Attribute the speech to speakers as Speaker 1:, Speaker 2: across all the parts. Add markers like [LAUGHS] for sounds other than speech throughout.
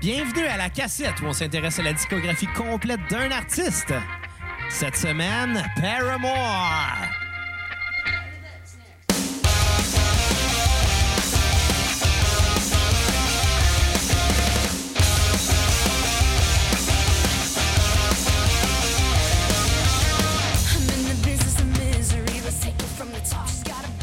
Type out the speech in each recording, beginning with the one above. Speaker 1: Bienvenue à la cassette où on s'intéresse à la discographie complète d'un artiste. Cette semaine, Paramore.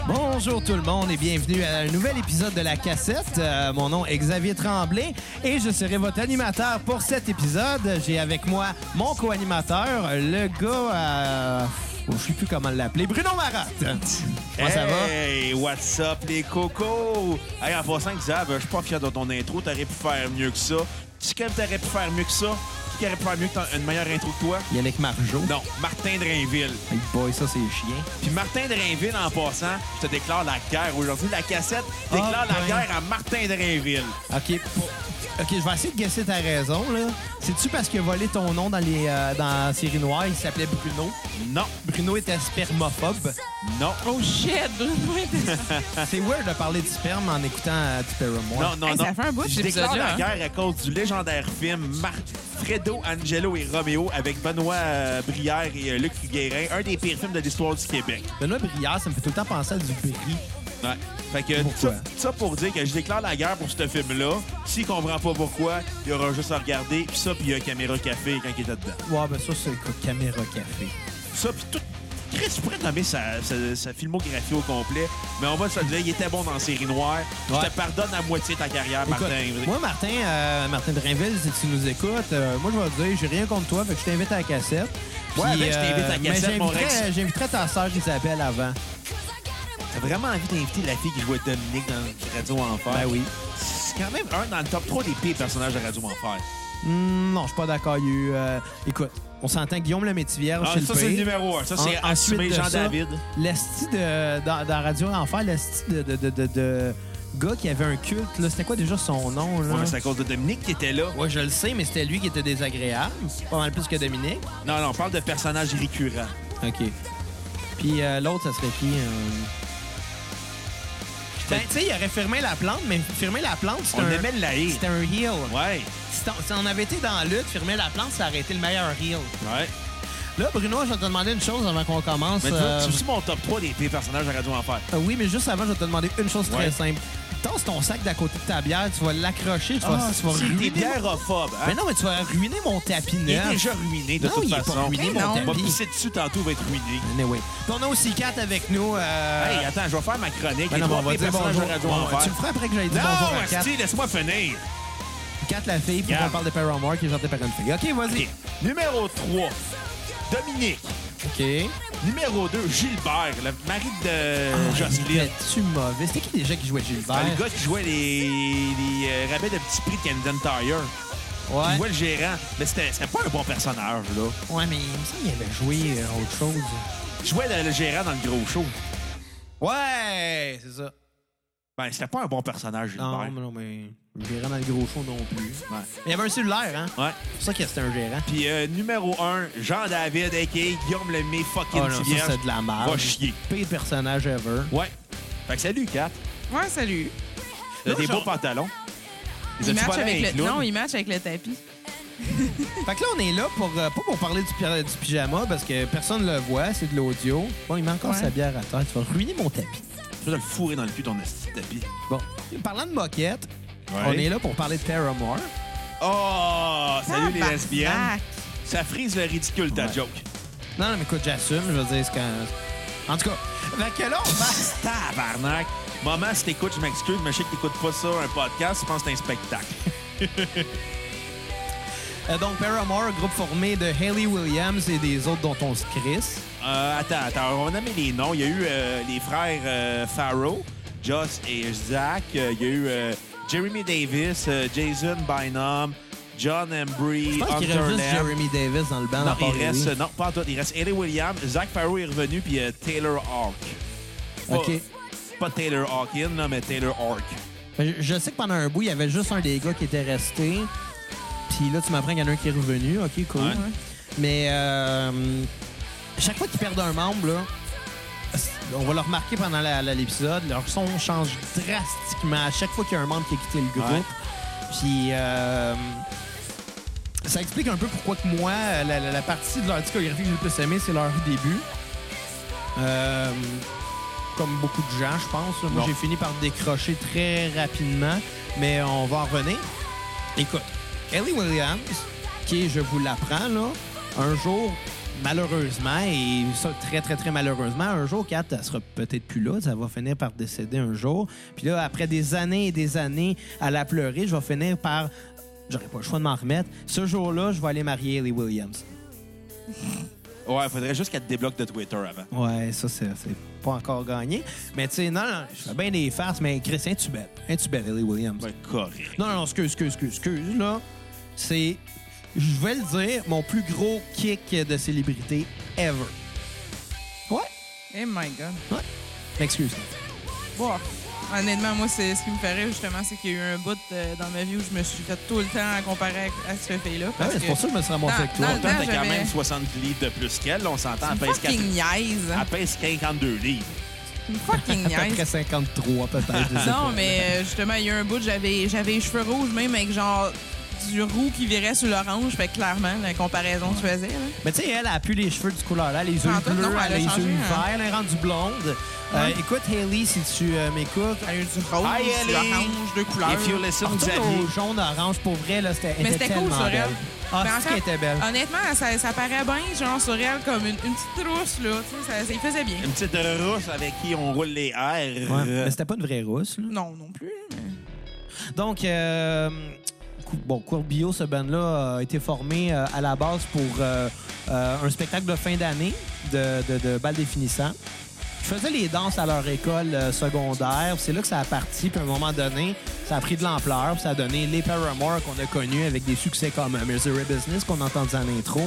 Speaker 1: Bonjour tout le monde et bienvenue à un nouvel épisode de La Cassette. Euh, mon nom est Xavier Tremblay et je serai votre animateur pour cet épisode. J'ai avec moi mon co-animateur, le gars à... oh, je sais plus comment l'appeler, Bruno Marotte. Comment ça va?
Speaker 2: Hey, what's up les cocos? Hey, en passant, Xav, je suis pas fier de ton intro. T'aurais pu faire mieux que ça. Tu sais quand t'aurais pu faire mieux que ça? Qui aurait pu faire mieux que t'en- une meilleure intro que toi?
Speaker 1: Yannick Margeau.
Speaker 2: Non, Martin Drainville.
Speaker 1: Hey boy, ça c'est chien.
Speaker 2: Puis Martin Drainville, en passant, je te déclare la guerre aujourd'hui. La cassette déclare
Speaker 3: Oh,
Speaker 1: Ah,
Speaker 2: la
Speaker 1: ben.
Speaker 2: guerre à Martin Drainville.
Speaker 1: OK. pour- OK, je vais essayer de guesser ta raison, là. C'est-tu parce qu'il a volé ton nom dans les euh, dans la série noire, il s'appelait Bruno.
Speaker 2: Non,
Speaker 1: Bruno était spermophobe.
Speaker 2: non,
Speaker 3: Oh shit!
Speaker 1: C'est weird de parler de sperme en écoutant euh, du Paramore.
Speaker 2: non, non,
Speaker 3: Hey,
Speaker 2: non.
Speaker 3: ça fait un hein? bout,
Speaker 2: je
Speaker 3: cet
Speaker 2: déclare la
Speaker 3: épisode-là,
Speaker 2: guerre à cause du légendaire film Mar- Fredo, Angelo et Romeo avec Benoît euh, Brière et euh, Luc Guérin, un des pires films de l'histoire du Québec.
Speaker 1: Benoît Brière, ça me fait tout le temps penser à du Berry.
Speaker 2: Ouais. Fait que
Speaker 1: Pourquoi?
Speaker 2: ça- ça pour dire que je déclare la guerre pour ce film-là. S'il comprend pas pourquoi, il aura juste à regarder. Puis ça, puis il y a Caméra Café quand il était dedans.
Speaker 1: Ouais, ben ça, c'est le cas- Caméra Café.
Speaker 2: Ça, puis tout... Chris, je pourrais nommer sa, sa- sa filmographie au complet, mais on va se le dire, il était bon dans Série Noire.
Speaker 1: Ouais.
Speaker 2: Je te pardonne à moitié ta carrière,
Speaker 1: Écoute,
Speaker 2: Martin.
Speaker 1: moi, Martin, euh, Martin Drainville, si tu nous écoutes, euh, moi, je vais te dire, j'ai rien contre toi, fait que je t'invite à la cassette. euh,
Speaker 2: Ouais, ben, je t'invite à la
Speaker 1: mais
Speaker 2: cassette, mon
Speaker 1: j'inviterais-
Speaker 2: Rex.
Speaker 1: J'inviterais ta sœur Isabelle avant.
Speaker 2: T'as vraiment envie d'inviter la fille qui jouait Dominique dans Radio Enfer?
Speaker 1: Ben oui.
Speaker 2: C'est quand même un dans le top 3 des pires personnages de Radio Enfer.
Speaker 1: Hmm, non, je suis pas d'accord. Il y a eu, euh, écoute, on s'entend Guillaume le Métivière,
Speaker 2: Ah,
Speaker 1: c'est le
Speaker 2: ça, c'est le
Speaker 1: pire.
Speaker 2: numéro 1. Ça, c'est
Speaker 1: En- ensuite
Speaker 2: assumé
Speaker 1: de ça,
Speaker 2: Jean-David.
Speaker 1: L'esti de, dans, dans Radio Enfer, l'esti de, de, de, de- de gars qui avait un culte, là, c'était quoi déjà son nom? Là?
Speaker 2: Ouais, mais c'est à cause de Dominique qui était là.
Speaker 1: Ouais, je le sais, mais c'était lui qui était désagréable. Pas mal plus que Dominique.
Speaker 2: Non, non, on parle de personnages récurrents.
Speaker 1: OK. Puis euh, l'autre, ça serait qui? euh? Ben, tu sais, il aurait fermé la plante, mais fermer la plante, c'est
Speaker 2: On
Speaker 1: un...
Speaker 2: aimait le laïc.
Speaker 1: C'était un heel.
Speaker 2: Ouais,
Speaker 1: Si, t'en- si on avait été dans la lutte, fermer la plante, ça aurait été le meilleur heel.
Speaker 2: ouais.
Speaker 1: Là, Bruno, je vais te demander une chose avant qu'on commence.
Speaker 2: Mais tu
Speaker 1: euh,
Speaker 2: vois, tu suis mon top 3 des pires personnages à Radio Enfer.
Speaker 1: euh, oui, mais juste avant, je vais te demander une chose très
Speaker 2: Ouais.
Speaker 1: simple. Tasse ton sac d'à côté de ta bière, tu vas l'accrocher, tu vas, tu vas
Speaker 2: Ah, c'est
Speaker 1: ruiner...
Speaker 2: des biérophobe.
Speaker 1: Mais
Speaker 2: Hein?
Speaker 1: non, mais tu vas ruiner mon tapis
Speaker 2: Il est
Speaker 1: neuf.
Speaker 2: déjà ruiné de
Speaker 1: Non,
Speaker 2: toute
Speaker 1: il est pas
Speaker 2: façon.
Speaker 1: ruiné,
Speaker 2: Eh
Speaker 3: mon
Speaker 2: non. On va
Speaker 1: tapis.
Speaker 2: pisser dessus tantôt, il va être ruiné.
Speaker 1: Anyway. Puis on a aussi Kat avec nous. euh,
Speaker 2: Hey, attends, je vais faire ma chronique.
Speaker 1: Ben
Speaker 2: Les
Speaker 1: non, mais
Speaker 2: trois
Speaker 1: on va
Speaker 2: pires
Speaker 1: dire
Speaker 2: personnages
Speaker 1: bonjour.
Speaker 2: à Radio
Speaker 1: Ouais,
Speaker 2: Enfer.
Speaker 1: Tu le feras après que j'aille dire bonjour
Speaker 2: Non,
Speaker 1: à Kat.
Speaker 2: asti, laisse-moi finir.
Speaker 1: Kat la fille, puis
Speaker 2: Gab.
Speaker 1: on parle de Paramore qui est chanté par une fille. OK, vas-y.
Speaker 2: OK. Numéro 3, Dominique. Euh,
Speaker 1: OK.
Speaker 2: Numéro 2, Gilbert, le mari de
Speaker 1: Ah,
Speaker 2: Jocelyne.
Speaker 1: tu mauvais? C'était qui déjà qui jouait Gilbert?
Speaker 2: Ah, le gars qui jouait les, les, euh, rabais de petit prix de Camden Tire. Il
Speaker 1: ouais.
Speaker 2: jouait le gérant. Mais c'était c'était pas un bon personnage, là.
Speaker 1: ouais, mais il me semble qu'il avait joué euh, autre chose.
Speaker 2: Je jouais le, le gérant dans le gros show.
Speaker 1: Ouais, c'est ça.
Speaker 2: Ben, c'était pas un bon personnage,
Speaker 1: Non,
Speaker 2: Gilbert.
Speaker 1: mais non, mais le gérant dans le gros show non plus. Ah,
Speaker 2: Ouais.
Speaker 1: Mais il y avait un cellulaire, hein?
Speaker 2: Ouais.
Speaker 1: C'est pour ça que c'était un gérant.
Speaker 2: Puis euh, numéro 1, Jean-David, a.k.a. Guillaume Lemay, fucking
Speaker 1: Oh non, ça,
Speaker 2: Tivierge.
Speaker 1: c'est de la merde.
Speaker 2: Va chier.
Speaker 1: Pire personnage ever.
Speaker 2: Ouais. Fait que salut, Kat.
Speaker 3: Ouais, salut.
Speaker 2: T'as
Speaker 1: Là,
Speaker 2: des
Speaker 1: genre-
Speaker 2: beaux pantalons. Les
Speaker 3: Il
Speaker 2: as-tu
Speaker 3: match
Speaker 2: volés à un
Speaker 3: avec le...
Speaker 2: clown?
Speaker 3: Non, il match avec le tapis.
Speaker 1: Fait que là, on est là pour, euh, pas pour parler du, pi- du pyjama parce que personne le voit, c'est de l'audio. Bon, il met encore
Speaker 3: Ouais.
Speaker 1: sa bière à terre. Tu vas ruiner mon tapis.
Speaker 2: Tu vas te le fourrer dans le cul, ton esti de tapis.
Speaker 1: Bon, parlant de moquette, on est là pour parler de Paramore.
Speaker 2: Oh, salut les
Speaker 3: Tabarnak.
Speaker 2: lesbiennes. Ça frise le ridicule, ta
Speaker 1: Ouais.
Speaker 2: joke.
Speaker 1: Non, non, mais écoute, j'assume, je veux dire, c'est quand. En tout cas, fait que là, on va-
Speaker 2: Tabarnak. Maman, si t'écoutes, je m'excuse, mais je sais que t'écoutes pas ça, un podcast, je pense que c'est un spectacle.
Speaker 1: Euh, Donc, Paramore, groupe formé de Haley Williams et des autres dont on se crisse.
Speaker 2: Euh, attends, attends, on a mis les noms. Il y a eu euh, les frères euh, Farrow, Joss et Zach. Euh, Il y a eu euh, Jeremy Davis, euh, Jason Bynum, John Embry,
Speaker 1: Je pense qu'il
Speaker 2: Hunter
Speaker 1: reste juste
Speaker 2: Lamb.
Speaker 1: Jeremy Davis dans le banc,
Speaker 2: Non,
Speaker 1: à part
Speaker 2: il reste,
Speaker 1: lui.
Speaker 2: non, pas en tout. Il reste Haley Williams, Zach Farrow est revenu, puis euh, Taylor Hawk. Pas,
Speaker 1: OK.
Speaker 2: pas Taylor Hawkins, là, mais Taylor Hawk.
Speaker 1: Mais Je je sais que pendant un bout, il y avait juste un des gars qui était resté. Puis là, tu m'apprends qu'il y en a un qui est revenu. OK, cool.
Speaker 2: Ouais.
Speaker 1: Mais euh, chaque fois qu'ils perdent un membre, là, on va le remarquer pendant la- la- l'épisode, leur son change drastiquement. À chaque fois qu'il y a un membre qui a quitté le groupe,
Speaker 2: Ouais.
Speaker 1: Puis euh, ça explique un peu pourquoi que moi, la, la- la partie de leur discographie que j'ai le plus aimée, c'est leur début. Euh, comme beaucoup de gens, je pense. Moi,
Speaker 2: Non.
Speaker 1: j'ai fini par décrocher très rapidement, mais on va en revenir. Écoute, Ellie Williams, qui est, je vous l'apprends, là, un jour, malheureusement, et ça très, très, très malheureusement, un jour, Kat, elle sera peut-être plus là, ça va finir par décéder un jour. Puis là, après des années et des années à la pleurer, je vais finir par. J'aurais pas le choix de m'en remettre. Ce jour-là, je vais aller marier Ellie Williams.
Speaker 2: Ouais, faudrait juste qu'elle te débloque de Twitter avant.
Speaker 1: Ouais, ça, c'est c'est pas encore gagné. Mais tu sais, non, non, je fais bien des farces, mais Christian, tu belle. Hein, tu belle, Ellie Williams.
Speaker 2: Ben, correct.
Speaker 1: Non, non, non, excuse, excuse, excuse, excuse, là. C'est, je vais le dire, mon plus gros kick de célébrité ever. Ouais,
Speaker 3: Oh my God.
Speaker 1: ouais. M'excuse. Ah,
Speaker 3: Bon, honnêtement, moi, c'est ce qui me ferait justement, c'est qu'il y a eu un bout euh, dans ma vie où je me suis fait tout le temps comparer à, à ce fait là
Speaker 1: Ah ouais, c'est pour ça que je me suis ramassé
Speaker 3: Dans-
Speaker 1: avec toi.
Speaker 3: dans le
Speaker 2: Toi, t'as
Speaker 3: j'avais-
Speaker 2: quand même 60 livres de plus qu'elle. là, On s'entend, elle
Speaker 3: Une
Speaker 2: pèse,
Speaker 3: fucking
Speaker 2: 4...
Speaker 3: niaise. hein.
Speaker 2: elle pèse 52 livres. Ah,
Speaker 3: Une
Speaker 2: [LAUGHS]
Speaker 3: fucking
Speaker 1: À peu près
Speaker 3: niaise.
Speaker 1: 53, peut-être. je sais
Speaker 3: [LAUGHS] Non,
Speaker 1: pas.
Speaker 3: mais euh, justement, il y a un bout, j'avais j'avais les cheveux rouges même avec genre du roux qui virait sur l'orange. Fait que clairement, la comparaison se faisait. là.
Speaker 1: Mais tu sais, elle, elle a pu les cheveux du couleur. là, les yeux
Speaker 3: Ah, toi,
Speaker 1: bleus,
Speaker 3: non,
Speaker 1: elle,
Speaker 3: elle
Speaker 1: a
Speaker 3: a
Speaker 1: les
Speaker 3: changé,
Speaker 1: yeux
Speaker 3: hein.
Speaker 1: verts, elle est rendue blonde. Euh, écoute, Haley, si tu euh, m'écoutes,
Speaker 3: Elle a eu du rose,
Speaker 2: Hi,
Speaker 3: du
Speaker 2: Ellie.
Speaker 3: orange, de couleur.
Speaker 2: If you listen,
Speaker 1: Retourne
Speaker 2: Xavier.
Speaker 1: au jaune, orange, pour vrai, là, c'était
Speaker 3: Mais
Speaker 1: elle était
Speaker 3: c'était cool
Speaker 1: tellement
Speaker 3: sur elle.
Speaker 1: belle. Ah,
Speaker 3: Ben,
Speaker 1: c'est qu'elle
Speaker 3: encore,
Speaker 1: était belle.
Speaker 3: Honnêtement, ça, ça paraît bien, genre sur elle, comme une, une petite trousse, là. Tu sais, ça, ça y faisait bien.
Speaker 2: Une petite rousse avec qui on roule les airs.
Speaker 1: Ouais, mais c'était pas une vraie rousse. là.
Speaker 3: Non, non plus. mais-
Speaker 1: Donc, euh, cou- bon, Courbio, ce band-là, a été formé euh, à la base pour euh, euh, un spectacle de fin d'année de, de, de bal définissant. Ils faisaient les danses à leur école euh, secondaire. C'est là que ça a parti. Puis à un moment donné, ça a pris de l'ampleur. puis Ça a donné les Paramore qu'on a connus avec des succès comme euh, Misery Business qu'on entendait en intro.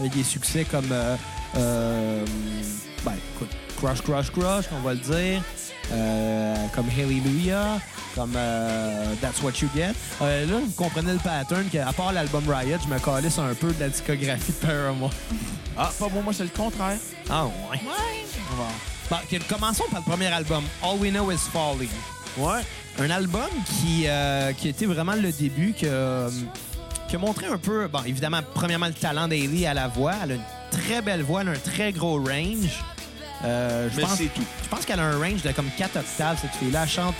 Speaker 1: Avec des succès comme... euh, euh, ben, écoute, Crush, Crush, Crush, on va le dire. Euh, comme Hallelujah, comme euh, That's What You Get. Euh, là, vous comprenez le pattern qu'à part l'album Riot, je me calisse un peu de la discographie de Paramore.
Speaker 2: Ah, pas moi, moi, c'est le contraire.
Speaker 1: Ah ouais? Bon. Bon, que- commençons par le premier album, All We Know Is Falling.
Speaker 2: Ouais.
Speaker 1: Un album qui, euh, qui était vraiment le début, que, euh, qui a montré un peu, bon, évidemment, premièrement, le talent d'Ailey à la voix. Elle a une très belle voix, elle a un très gros range. Euh, je
Speaker 2: Mais
Speaker 1: pense-
Speaker 2: c'est tout.
Speaker 1: Je pense qu'elle a un range de comme 4 octaves, cette fille-là. Elle chante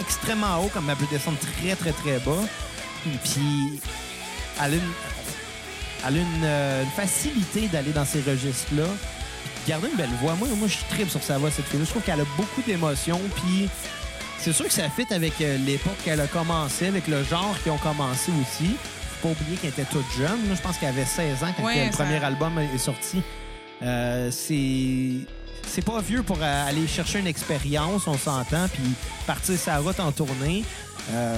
Speaker 1: extrêmement haut, comme elle peut descendre très, très, très bas. Puis, elle a une, elle a une, euh, une facilité d'aller dans ces registres-là. Puis de Garder une belle voix. Moi, moi je tripe sur sa voix, cette fille-là. Je trouve qu'elle a beaucoup d'émotions. Puis, c'est sûr que ça fit avec euh, l'époque qu'elle a commencé, avec le genre qu'ils ont commencé aussi. Faut pas oublier qu'elle était toute jeune. Moi, je pense qu'elle avait 16 ans quand
Speaker 3: Ouais,
Speaker 1: le
Speaker 3: ça-
Speaker 1: premier album est sorti. Euh, c'est. C'est pas vieux pour euh, aller chercher une expérience, on s'entend, puis partir sa route en tournée. Euh,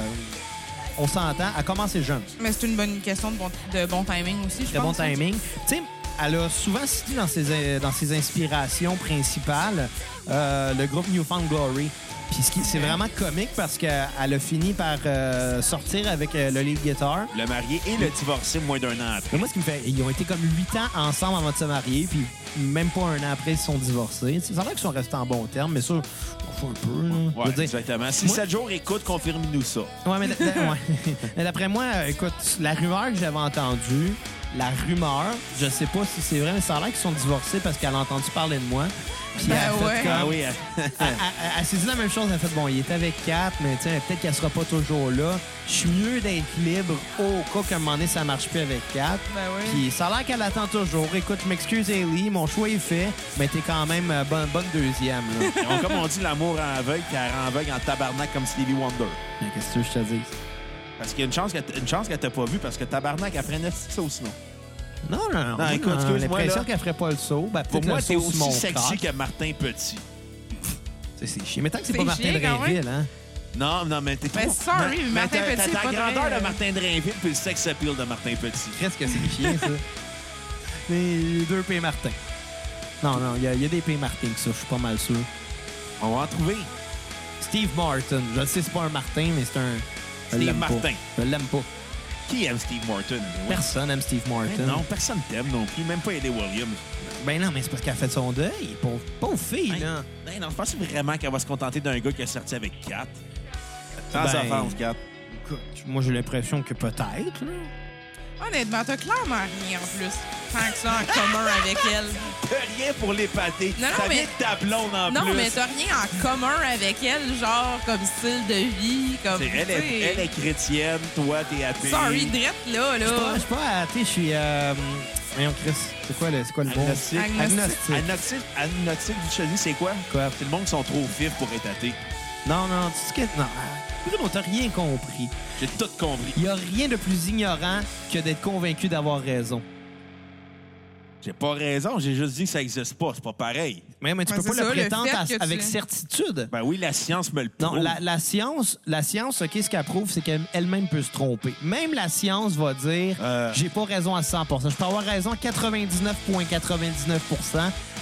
Speaker 1: on s'entend. Elle commence jeune.
Speaker 3: Mais c'est une bonne question de bon, de bon timing aussi, je
Speaker 1: Très bon
Speaker 3: pense. hein.
Speaker 1: timing. Tu sais, elle a souvent cité dans ses, euh, dans ses inspirations principales euh, le groupe Newfound Glory. Puis ce qui- c'est vraiment comique parce qu'elle a fini par euh, sortir avec euh, le lead guitar.
Speaker 2: Le marié et le divorcé moins d'un an après.
Speaker 1: Mais moi, ce qui me fait. Ils ont été comme huit ans ensemble avant de se marier, puis même pas un an après, ils se sont divorcés. C'est vrai qu'ils sont restés en bon terme, mais ça, on fout un peu. là. Je veux
Speaker 2: Ouais,
Speaker 1: dire,
Speaker 2: exactement. Si
Speaker 1: moi-
Speaker 2: 7 jours, écoute, confirme-nous ça.
Speaker 1: Ouais, mais d'a- d'a- ouais. Mais d'après moi, euh, écoute, la rumeur que j'avais entendue, la rumeur, je sais pas si c'est vrai, mais ça a l'air qu'ils sont divorcés parce qu'elle a entendu parler de moi. Puis
Speaker 3: Ben
Speaker 1: elle a fait
Speaker 3: ouais.
Speaker 1: comme-
Speaker 2: Ah oui, elle-
Speaker 1: elle- elle- elle- elle s'est dit la même chose. Elle a fait bon, il était avec Cap, mais tu sais, peut-être qu'elle sera pas toujours là. Je suis mieux d'être libre au cas qu'à un moment donné, ça marche plus avec Cap.
Speaker 3: Ben oui.
Speaker 1: Puis ça a l'air qu'elle attend toujours. Écoute, je m'excuse, Ellie, mon choix est fait, mais t'es quand même euh, bonne, bonne deuxième. là.
Speaker 2: on- comme on dit, l'amour en aveugle, puis elle rend aveugle en tabarnak comme Stevie Wonder.
Speaker 1: Mais Qu'est-ce que tu veux que je te dise?
Speaker 2: Parce qu'il y a une chance qu'elle t- une chance qu'elle t'a pas vu, parce que tabarnak, elle prenait ça aussi, non?
Speaker 1: Non, non, non.
Speaker 2: Non,
Speaker 1: moi,
Speaker 2: écoute,
Speaker 1: j'ai
Speaker 2: excuse-moi,
Speaker 1: l'impression
Speaker 2: là.
Speaker 1: qu'elle ferait pas le saut. Ben,
Speaker 2: Pour
Speaker 1: peut-être
Speaker 2: moi,
Speaker 1: le
Speaker 2: t'es
Speaker 1: saut sur
Speaker 2: aussi
Speaker 1: mon
Speaker 2: sexy
Speaker 1: crâne.
Speaker 2: que Martin Petit.
Speaker 1: C'est- C'est chiant. Mais tant que c'est
Speaker 3: C'est
Speaker 1: pas Martin
Speaker 3: chiant, quand
Speaker 1: Drainville, hein.
Speaker 2: Non, non, mais t'es
Speaker 3: Ben,
Speaker 2: trop-
Speaker 3: sorry, mais
Speaker 2: mais t'as-
Speaker 3: Martin Petit,
Speaker 2: t'as
Speaker 3: c'est
Speaker 2: la
Speaker 3: pas
Speaker 2: grandeur
Speaker 3: très-
Speaker 2: de Martin Drainville puis le sex appeal de Martin Petit.
Speaker 1: Qu'est-ce que c'est chiant, ça? Les deux P. Martin. Non, non, il y, a- il y a des P. Martin, que ça, je suis pas mal sûr.
Speaker 2: On va en trouver.
Speaker 1: Steve Martin. Je le sais, c'est pas un Martin, mais c'est un. Je
Speaker 2: Steve
Speaker 1: l'aime pas.
Speaker 2: Martin.
Speaker 1: Je l'aime pas.
Speaker 2: Qui aime Steve Martin? anyway?
Speaker 1: Personne aime Steve Martin.
Speaker 3: Hein?
Speaker 2: Ben Non, personne t'aime non plus, même pas Eddie Williams.
Speaker 1: Ben non, mais c'est parce qu'elle a fait son deuil. Pauvre, pauvre fille, là.
Speaker 2: Ben, ben non, je pense vraiment qu'elle va se contenter d'un gars qui est sorti avec Kat. Sans
Speaker 1: Ben-
Speaker 2: offense, Kat.
Speaker 1: Écoute, moi, j'ai l'impression que peut-être, là.
Speaker 3: Honnêtement, t'as clairement rien en plus. Tant que ça en commun avec elle.
Speaker 2: Rien pour l'épater.
Speaker 3: Non, non,
Speaker 2: ça
Speaker 3: mais-
Speaker 2: vient de ta blonde en
Speaker 3: Non,
Speaker 2: plus.
Speaker 3: mais t'as rien en commun avec elle, genre comme style de vie, comme.
Speaker 2: C'est- elle,
Speaker 3: tu sais.
Speaker 2: est, elle est chrétienne, toi, t'es athée.
Speaker 3: Sorry, drette là,
Speaker 1: Je suis
Speaker 3: là.
Speaker 1: pas- je suis pas athée, je suis. euh, Voyons, Chris, c'est quoi le, c'est quoi le bon?
Speaker 2: Agnostique.
Speaker 1: Agnostique.
Speaker 2: Agnostique, agnostique du Chelsea, c'est quoi?
Speaker 1: Quoi?
Speaker 2: C'est le monde qui sont trop vifs pour être athée.
Speaker 1: Non, non, tu sais que. Non. Euh, Bruno, t'as rien compris.
Speaker 2: J'ai tout compris.
Speaker 1: Il n'y a rien de plus ignorant que d'être convaincu d'avoir raison.
Speaker 2: J'ai pas raison, j'ai juste dit que ça n'existe pas. C'est pas pareil.
Speaker 1: Mais, mais tu
Speaker 3: Ouais,
Speaker 1: peux pas
Speaker 3: c'est
Speaker 1: le
Speaker 3: ça, le
Speaker 1: prétendre
Speaker 3: fait
Speaker 1: à-
Speaker 3: que tu-
Speaker 1: avec certitude.
Speaker 2: Ben oui, la science me le
Speaker 1: Non,
Speaker 2: prouve.
Speaker 1: la, la science, la science, OK, ce qu'elle prouve, c'est qu'elle-même peut se tromper. Même la science va dire
Speaker 2: Euh.
Speaker 1: j'ai pas raison à 100 Je peux avoir raison à 99,99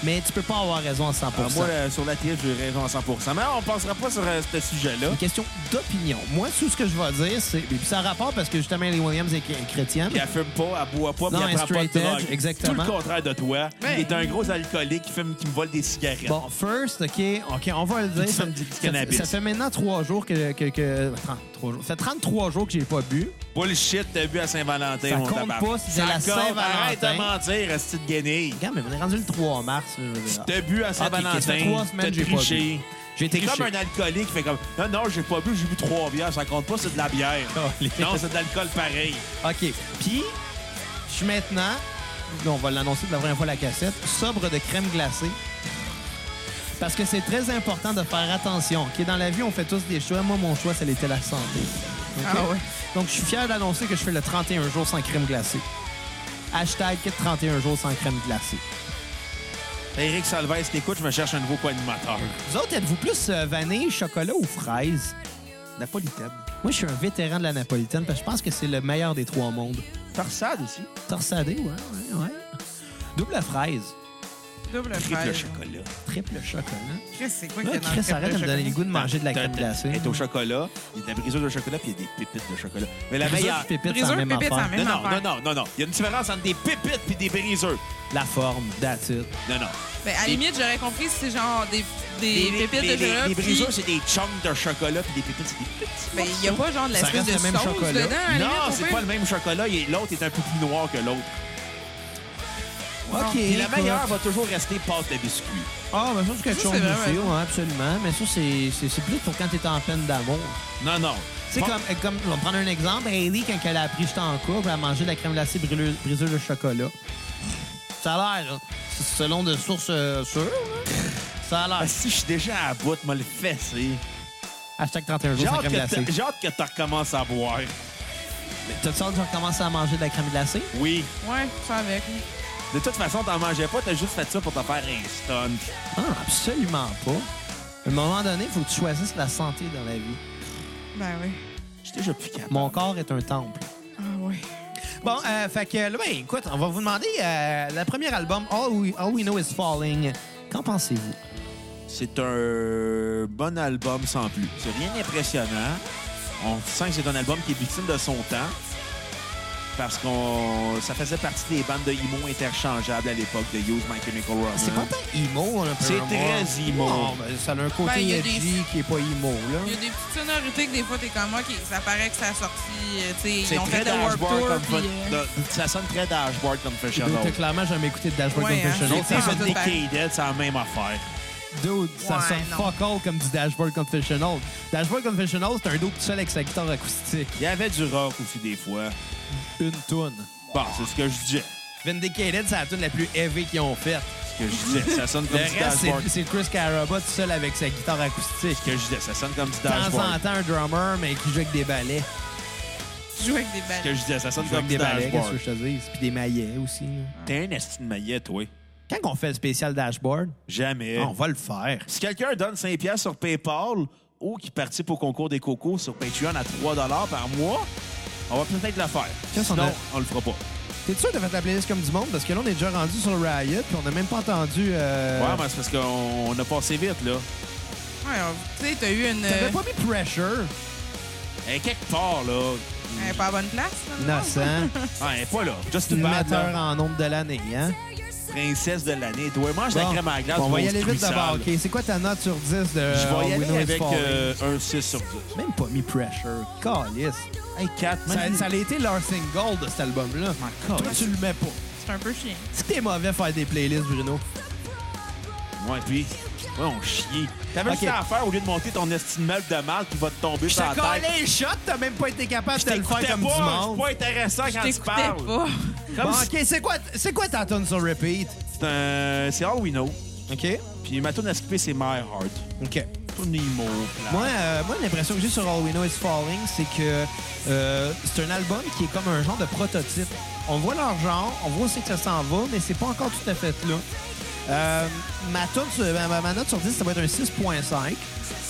Speaker 1: mais tu peux pas avoir raison à 100
Speaker 2: Ah, moi, euh, sur la télé, j'ai raison à 100 Mais on passera pas sur euh, ce sujet-là.
Speaker 1: une question d'opinion. Moi, tout ce que je vais dire, c'est. et puis ça a rapport parce que justement, Ellie Williams est est chrétienne.
Speaker 2: Puis elle fume pas, elle boit pas, puis
Speaker 1: Non, elle
Speaker 2: elle prend pas de
Speaker 1: straight edge,
Speaker 2: drogue.
Speaker 1: exactement.
Speaker 2: Tout le contraire de toi.
Speaker 3: Ouais.
Speaker 2: Il est un gros alcoolique qui fume, qui me vole des cigarettes.
Speaker 1: Bon, first, OK, OK, on va le dire.
Speaker 2: Tu
Speaker 1: Ça,
Speaker 2: fumes du
Speaker 1: ça-
Speaker 2: cannabis.
Speaker 1: ça fait maintenant trois jours que. que, que 33 jours. Ça fait 33 jours que j'ai pas bu.
Speaker 2: Bullshit, t'as bu à Saint-Valentin,
Speaker 1: Ça
Speaker 2: mon
Speaker 1: compte
Speaker 2: tabac.
Speaker 1: pas si c'est
Speaker 2: Ça
Speaker 1: la
Speaker 2: compte.
Speaker 1: Saint-Valentin.
Speaker 2: Arrête de mentir, esti de guenille.
Speaker 1: Regarde, mais on est rendu le 3 mars. je veux dire.
Speaker 2: T'as bu à
Speaker 1: Ah, ok, ça fait trois
Speaker 2: Saint-Valentin,
Speaker 1: semaines
Speaker 2: t'as
Speaker 1: que j'ai pas
Speaker 2: triché.
Speaker 1: bu. J'ai été
Speaker 2: T'es comme
Speaker 1: triché.
Speaker 2: un alcoolique qui fait comme « Non, non, j'ai pas bu, j'ai bu trois bières, ça compte pas, c'est de la bière.
Speaker 1: Calique.
Speaker 2: non, c'est de l'alcool pareil.
Speaker 1: OK. Puis, je suis maintenant, on va l'annoncer pour la première fois à la cassette, sobre de crème glacée. Parce que c'est très important de faire attention. OK? Dans la vie, on fait tous des choix. Moi, mon choix, c'était la santé. OK?
Speaker 3: Ah ouais.
Speaker 1: Donc, je suis fier d'annoncer que je fais le 31 jours sans crème glacée. Hashtag 31 jours sans crème glacée. ».
Speaker 2: Eric Salvez, t'écoutes, je me cherche un nouveau co-animateur.
Speaker 1: Vous autres, êtes-vous plus euh, vanille, chocolat ou fraise?
Speaker 2: Napolitaine.
Speaker 1: Moi, je suis un vétéran de la napolitaine parce que je pense que c'est le meilleur des trois mondes.
Speaker 2: Torsade aussi.
Speaker 1: Torsadé, ouais, ouais, ouais. Double fraise,
Speaker 3: Double
Speaker 2: Triple
Speaker 3: frère.
Speaker 2: chocolat.
Speaker 1: triple chocolat.
Speaker 3: Chris, c'est quoi que
Speaker 1: Là,
Speaker 3: t'as dans le
Speaker 1: Chris
Speaker 3: crêpe
Speaker 1: arrête de me donner le goût de manger de la
Speaker 2: T'as-
Speaker 1: crème
Speaker 2: t'as-
Speaker 1: glacée.
Speaker 2: Elle est au chocolat, il y a de la brisure de chocolat, puis il y a des pépites de chocolat. Mais la
Speaker 1: La meilleure
Speaker 2: meilleure...
Speaker 1: pépite, c'est la
Speaker 3: Briseur,
Speaker 1: même
Speaker 3: pépite,
Speaker 1: affaire.
Speaker 3: c'est la
Speaker 2: Non,
Speaker 3: Même
Speaker 2: non, non, non,
Speaker 3: affaire.
Speaker 2: non, non. Il y a une différence entre des pépites puis des briseurs.
Speaker 1: La forme, that's it.
Speaker 2: Non, non.
Speaker 3: Ben, à la limite, j'aurais compris si c'est genre des, des
Speaker 2: Les-
Speaker 3: pépites
Speaker 2: les-
Speaker 3: de chocolat.
Speaker 2: Les, les
Speaker 3: puis-
Speaker 2: briseurs, c'est des chunks de chocolat, puis des pépites, c'est des petits.
Speaker 3: Ben, il n'y a pas genre de
Speaker 1: Ça
Speaker 3: l'espèce
Speaker 1: reste
Speaker 3: de
Speaker 1: le même
Speaker 3: sauce
Speaker 1: chocolat.
Speaker 3: dedans. à la limite,
Speaker 2: non,
Speaker 3: au
Speaker 2: c'est
Speaker 3: pire.
Speaker 2: pas le même chocolat. Il est- L'autre est un peu plus noir que l'autre.
Speaker 1: OK.
Speaker 2: Et la
Speaker 1: écoute.
Speaker 2: meilleure va toujours rester pâte à biscuits.
Speaker 1: Ah, ben ça, c'est quelque
Speaker 3: Ça,
Speaker 1: chose
Speaker 3: c'est
Speaker 1: de
Speaker 3: vrai,
Speaker 1: fio, hein, absolument. Mais ça, c'est- c'est c'est plus pour quand t'es en peine d'amour.
Speaker 2: Non, non.
Speaker 1: Tu sais,
Speaker 2: Bon,
Speaker 1: comme, euh, comme, on va prendre un exemple. Hailey, quand elle a appris que j'étais en couple, elle a mangé de la crème glacée brûleux- briseuse de chocolat. Ça a l'air, là. C'est Selon de sources euh, sûres, là. Ça a
Speaker 2: ah,
Speaker 1: l'air.
Speaker 2: si je suis déjà à bout, me le fessé.
Speaker 1: [LAUGHS] Hashtag 31
Speaker 2: J'ai
Speaker 1: jours sans
Speaker 2: hâte
Speaker 1: crème
Speaker 2: que
Speaker 1: glacée.
Speaker 2: t'a- j'ai hâte que tu recommences à boire.
Speaker 1: T'as-tu hâte de recommencer à manger de la crème glacée?
Speaker 2: Oui.
Speaker 3: Ouais, ça avec.
Speaker 2: De toute façon, t'en mangeais pas, t'as juste fait ça pour te faire un stun.
Speaker 1: Ah, absolument pas. À un moment donné, il faut que tu choisisses la santé dans la vie.
Speaker 3: Ben oui.
Speaker 2: J'étais déjà plus capable.
Speaker 1: Mon corps est un temple.
Speaker 3: Ah oui.
Speaker 1: Bon, euh, fait que là, ben, écoute, on va vous demander euh, le premier album, All We, All We Know Is Falling. Qu'en pensez-vous?
Speaker 2: C'est un bon album sans plus. C'est rien d'impressionnant. On sent que c'est un album qui est victime de son temps. Parce qu'on ça faisait partie des bandes de emo interchangeables à l'époque de Use My Chemical Romance.
Speaker 1: C'est pas tant emo, un peu.
Speaker 2: C'est
Speaker 1: moi.
Speaker 2: très emo.
Speaker 1: Non, ben, ça a un côté
Speaker 3: Ben, il y a des-
Speaker 1: edgy qui est pas emo,
Speaker 3: Il y a
Speaker 1: là.
Speaker 3: des petites sonorités que des fois, t'es comme, OK, ça paraît que ça a sorti. euh, tu sais,
Speaker 2: C'est
Speaker 3: ils ont
Speaker 2: très
Speaker 3: fait le Warped
Speaker 2: dashboard
Speaker 3: Tour.
Speaker 2: comme
Speaker 3: puis,
Speaker 2: fa-
Speaker 3: euh,
Speaker 2: de- Ça sonne très dashboard comme Fashion
Speaker 1: T'as
Speaker 2: Note.
Speaker 1: clairement jamais écouté de Dashboard
Speaker 3: Ouais, hein.
Speaker 1: Confessional.
Speaker 3: J'ai
Speaker 1: Ça
Speaker 2: J'ai
Speaker 1: sonne-
Speaker 2: fait des
Speaker 3: pas-
Speaker 2: K-Dead, c'est la même affaire.
Speaker 1: Dude, ça
Speaker 3: Ouais,
Speaker 1: sonne
Speaker 3: non.
Speaker 1: fuck all comme du Dashboard Confessional. Dashboard Confessional, c'est un dope tout seul avec sa guitare acoustique.
Speaker 2: Il y avait du rock aussi des fois.
Speaker 1: Une toune.
Speaker 2: Bon, c'est ce que je disais.
Speaker 1: Vindicated, c'est la tune la plus heavy qu'ils ont faite.
Speaker 2: Ce que je disais, ça sonne
Speaker 1: Le
Speaker 2: comme du
Speaker 1: reste,
Speaker 2: dashboard.
Speaker 1: c'est- c'est Chris Caraba tout seul avec sa guitare acoustique.
Speaker 2: Ce que je disais, ça sonne comme du
Speaker 1: De temps en
Speaker 2: dashboard.
Speaker 1: temps, un drummer, mais qui joue avec des ballets.
Speaker 3: Tu joues avec des
Speaker 2: Ce que
Speaker 3: balles.
Speaker 2: je disais, ça
Speaker 1: Il
Speaker 2: sonne
Speaker 1: joue
Speaker 2: comme
Speaker 1: avec
Speaker 2: du
Speaker 1: des ballets, qu'est-ce
Speaker 2: dashboard.
Speaker 1: que je te dis? Puis des maillets aussi.
Speaker 2: T'es un esti de maillet, toi.
Speaker 1: Quand on fait le spécial dashboard,
Speaker 2: Jamais.
Speaker 1: on va le faire.
Speaker 2: Si quelqu'un donne 5 pièces sur PayPal ou qui participe au concours des cocos sur Patreon à 3 par mois, on va peut-être le faire.
Speaker 1: Qu'est-ce qu'on
Speaker 2: Sinon,
Speaker 1: a-
Speaker 2: on le fera pas.
Speaker 1: T'es sûr de faire la playlist comme du monde? Parce que là, on est déjà rendu sur le Riot, puis on n'a même pas entendu. euh,
Speaker 2: Ouais, mais c'est parce qu'on on a passé vite, là.
Speaker 3: Ouais, on- tu sais, t'as eu une.
Speaker 1: T'avais
Speaker 3: euh,
Speaker 1: pas mis Pressure,
Speaker 2: Elle est quelque part, là.
Speaker 3: euh, Elle est pas à bonne place. là, non?
Speaker 1: [LAUGHS] innocent,
Speaker 2: Ah, elle est pas là. Just une
Speaker 1: metteur
Speaker 2: bad, là.
Speaker 1: en nombre de l'année, hein?
Speaker 2: princesse de l'année. Toi, mange la
Speaker 1: Bon,
Speaker 2: crème à la glace.
Speaker 1: bon, on va y
Speaker 2: maudit
Speaker 1: aller vite
Speaker 2: cuissard,
Speaker 1: d'abord.
Speaker 2: là.
Speaker 1: OK, c'est quoi ta note sur 10 de
Speaker 2: Je vais y
Speaker 1: euh,
Speaker 2: aller
Speaker 1: Windows
Speaker 2: avec
Speaker 1: Fall?
Speaker 2: euh, un 6 sur 10.
Speaker 1: Même pas mis Pressure. Calice.
Speaker 2: Hey, 4,
Speaker 1: Ça, ça a été leur single de cet album-là. Toi, tu le mets pas.
Speaker 3: C'est un peu chiant.
Speaker 1: Si t'es mauvais faire des playlists, Bruno.
Speaker 2: Ouais, puis, ouais, on chie. T'avais
Speaker 1: Ok.
Speaker 2: juste à faire au lieu de monter ton estimable de mal qui va te tomber
Speaker 1: Je
Speaker 2: sur la
Speaker 1: t'ai
Speaker 2: tête.
Speaker 1: collé les shots, t'as même pas été capable de le
Speaker 2: t'écoutais
Speaker 1: faire comme
Speaker 2: pas,
Speaker 1: du
Speaker 2: c'est
Speaker 1: monde.
Speaker 2: pas intéressant quand tu
Speaker 3: T'écoutais
Speaker 2: parles.
Speaker 3: pas.
Speaker 1: Bon,
Speaker 2: Comme si-
Speaker 1: OK, c'est quoi, c'est quoi ta tune sur repeat?
Speaker 2: C'est un- c'est All We Know.
Speaker 1: OK.
Speaker 2: Puis ma tune à skipper, c'est My Heart.
Speaker 1: OK.
Speaker 2: Pour Nemo. plat.
Speaker 1: Moi, euh, moi l'impression que j'ai sur All We Know Is Falling, c'est que euh, c'est un album qui est comme un genre de prototype. On voit leur genre, on voit aussi que ça s'en va, mais c'est pas encore tout à fait là. Euh, ma, tune sur- ma- ma- ma note sur 10, ça va être un 6.5.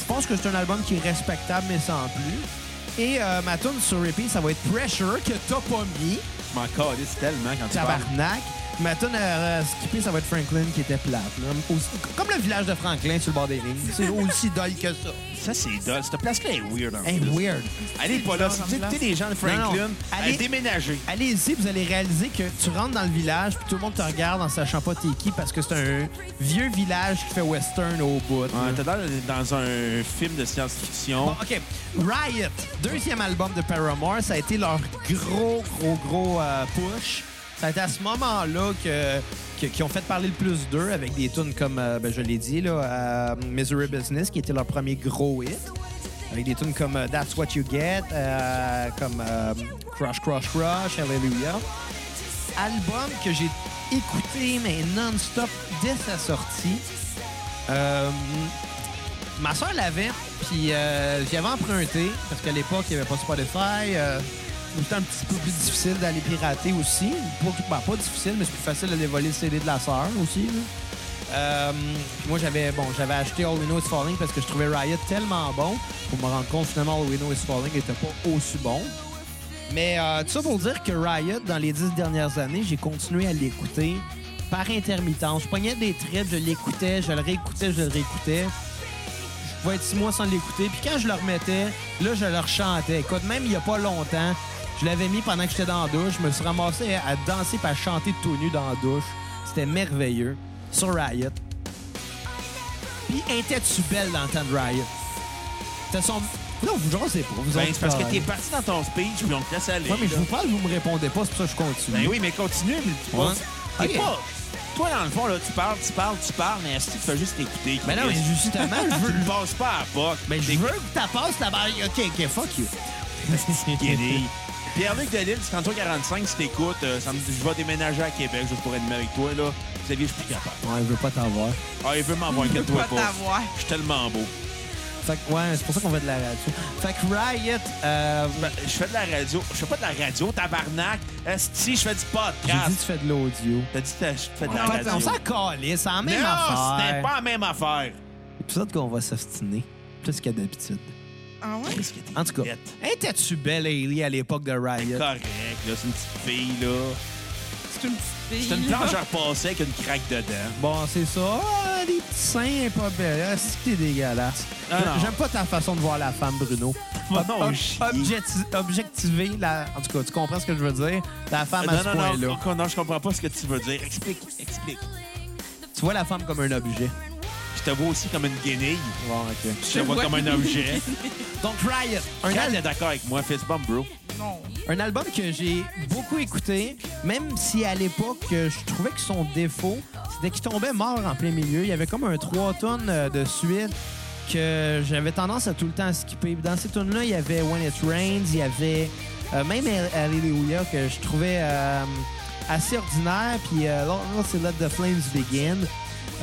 Speaker 1: Je pense que c'est un album qui est respectable, mais sans plus. Et euh, ma tune sur repeat, ça va être Pressure, que t'as pas mis.
Speaker 2: Je m'en calisse tellement quand tu parles.
Speaker 1: Tabarnak. Ma tune à à skipper, ça va être Franklin qui était plate. là. Aussi- comme le village de Franklin sur le bord des lignes. C'est aussi dole que ça.
Speaker 2: Ça, c'est dole. Cette place-là est weird. en
Speaker 1: Hey,
Speaker 2: plus.
Speaker 1: weird.
Speaker 2: Elle est pas là. Si vous écoutez les gens de
Speaker 1: Non,
Speaker 2: Franklin, euh,
Speaker 1: non.
Speaker 2: elle
Speaker 1: Allez-
Speaker 2: est déménagée.
Speaker 1: Allez ici, vous allez réaliser que tu rentres dans le village puis tout le monde te regarde en sachant pas t'es qui parce que c'est un vieux village qui fait western au bout. là.
Speaker 2: Ouais, T'es dans, dans un film de science-fiction.
Speaker 1: Bon, OK. Riot, deuxième album de Paramore, ça a été leur gros, gros, gros euh, push. Ça a été à ce moment-là que, que- qu'ils ont fait parler le plus d'eux avec des tunes comme, euh, ben, je l'ai dit, là, euh, Misery Business, qui était leur premier gros hit. Avec des tunes comme euh, That's What You Get, euh, comme euh, Crush, Crush, Crush, Hallelujah. Album que j'ai écouté, mais non-stop, dès sa sortie. Euh, ma soeur l'avait, puis euh, j'y avais emprunté, parce qu'à l'époque, il n'y avait pas Spotify. Euh, c'était un petit peu plus difficile d'aller pirater aussi. Pas, ben, pas difficile, mais c'est plus facile d'aller voler le CD de la sœur aussi. là. Euh, puis moi, j'avais bon, j'avais acheté All We Know Is Falling parce que je trouvais Riot tellement bon. Pour me rendre compte, finalement, All We Know Is Falling n'était pas aussi bon. Mais euh, tout ça pour dire que Riot, dans les dix dernières années, j'ai continué à l'écouter par intermittence. Je pognais des trips, je l'écoutais, je le réécoutais, je le réécoutais. Je pouvais être six mois sans l'écouter. Puis quand je le remettais, là, je le rechantais. Écoute, même il n'y a pas longtemps, je l'avais mis pendant que j'étais dans la douche. Je me suis ramassé à danser et à chanter tout nu dans la douche. C'était merveilleux. Sur Riot. Puis, étais-tu belle dans le temps de Riot? T'as son... Non, vous j'en sais pas. Vous
Speaker 2: Ben,
Speaker 1: autres,
Speaker 2: c'est parce que
Speaker 1: euh,
Speaker 2: t'es parti dans ton speech, puis on te laisse aller.
Speaker 1: Ouais, mais je
Speaker 2: là.
Speaker 1: vous parle, vous me répondez pas, c'est pour ça que je continue.
Speaker 2: Ben oui, mais continue. mais tu
Speaker 1: Ouais.
Speaker 2: passes- t'es
Speaker 1: Ok.
Speaker 2: pas- Toi, dans le fond, là, tu parles, tu parles, tu parles, mais est-ce que tu fais juste écouter?
Speaker 1: Mais Ben non, mais
Speaker 2: Chris?
Speaker 1: justement, je
Speaker 2: Tu
Speaker 1: veux.
Speaker 2: ne [LAUGHS] passes pas à Pâques.
Speaker 1: Mais Ben, je
Speaker 2: T'es
Speaker 1: veux que t'as passes la barre. Ok, ok,
Speaker 2: [LAUGHS]
Speaker 1: fuck you.
Speaker 2: guéri. Pierre-Luc Delisle, 4345, si t'écoutes, euh, ça me- je vais déménager à Québec, je pourrais animer avec toi, là. Xavier, je suis plus capable.
Speaker 1: Ouais, je veux pas t'avoir.
Speaker 2: Ah, il veut m'avoir,
Speaker 3: Je peux
Speaker 2: inquiète-toi
Speaker 3: pas
Speaker 2: pas.
Speaker 3: t'avoir.
Speaker 2: Je suis tellement beau.
Speaker 1: Fait que, ouais, c'est pour ça qu'on fait de la radio. Fait que Riot, euh.
Speaker 2: Ben, Je fais de la radio. Je fais pas de la radio, tabarnak. Esti, je fais du
Speaker 1: J'ai dit,
Speaker 2: podcast.
Speaker 1: tu fais de l'audio.
Speaker 2: T'as dit que t'as- je fais de la
Speaker 1: Fait
Speaker 2: radio.
Speaker 1: que On s'en calisse, c'est la même
Speaker 2: Non, c'était
Speaker 1: affaire.
Speaker 2: pas la même affaire.
Speaker 1: Épisode qu'on va s'obstiner. Plus qu'à d'habitude.
Speaker 3: Ah ouais?
Speaker 2: Qu'est-ce que t'es
Speaker 1: En tout cas.
Speaker 2: bête?
Speaker 1: Étais-tu belle, Hailey, à l'époque de Riot?
Speaker 2: Correct, là, c'est une petite fille, là.
Speaker 3: C'est une petite fille.
Speaker 2: C'est une
Speaker 3: là.
Speaker 2: planche à repasser avec une craque dedans.
Speaker 1: Bon, c'est ça. Ah, des petits seins pas belles. Ah, c'est que t'es dégueulasse.
Speaker 2: Ah, non.
Speaker 1: J'aime pas ta façon de voir la femme, Bruno.
Speaker 2: Ah, non,
Speaker 1: Ob-
Speaker 2: chier.
Speaker 1: objecti- objectiver la... En tout cas, tu comprends ce que je veux dire? La femme Ah, à
Speaker 2: Non,
Speaker 1: ce
Speaker 2: non,
Speaker 1: point-là.
Speaker 2: non, non, non, je comprends pas ce que tu veux dire. Explique, explique.
Speaker 1: Tu vois la femme comme un objet.
Speaker 2: Je te vois aussi comme une guenille.
Speaker 1: Bon, OK.
Speaker 2: Je te vois comme un objet.
Speaker 1: Donc, Riot, un,
Speaker 2: Quand
Speaker 1: al-
Speaker 2: t'es d'accord avec moi, fist bump, bro.
Speaker 3: [LAUGHS] Non.
Speaker 1: un album que j'ai beaucoup écouté, même si à l'époque, euh, je trouvais que son défaut, c'était qu'il tombait mort en plein milieu. Il y avait comme un 3 tonnes euh, de suite que j'avais tendance à tout le temps skipper. Dans ces tunes là il y avait When It Rains, il y avait euh, même Hallelujah que je trouvais euh, assez ordinaire. Puis euh, l'autre, l'autre, c'est Let the Flames Begin.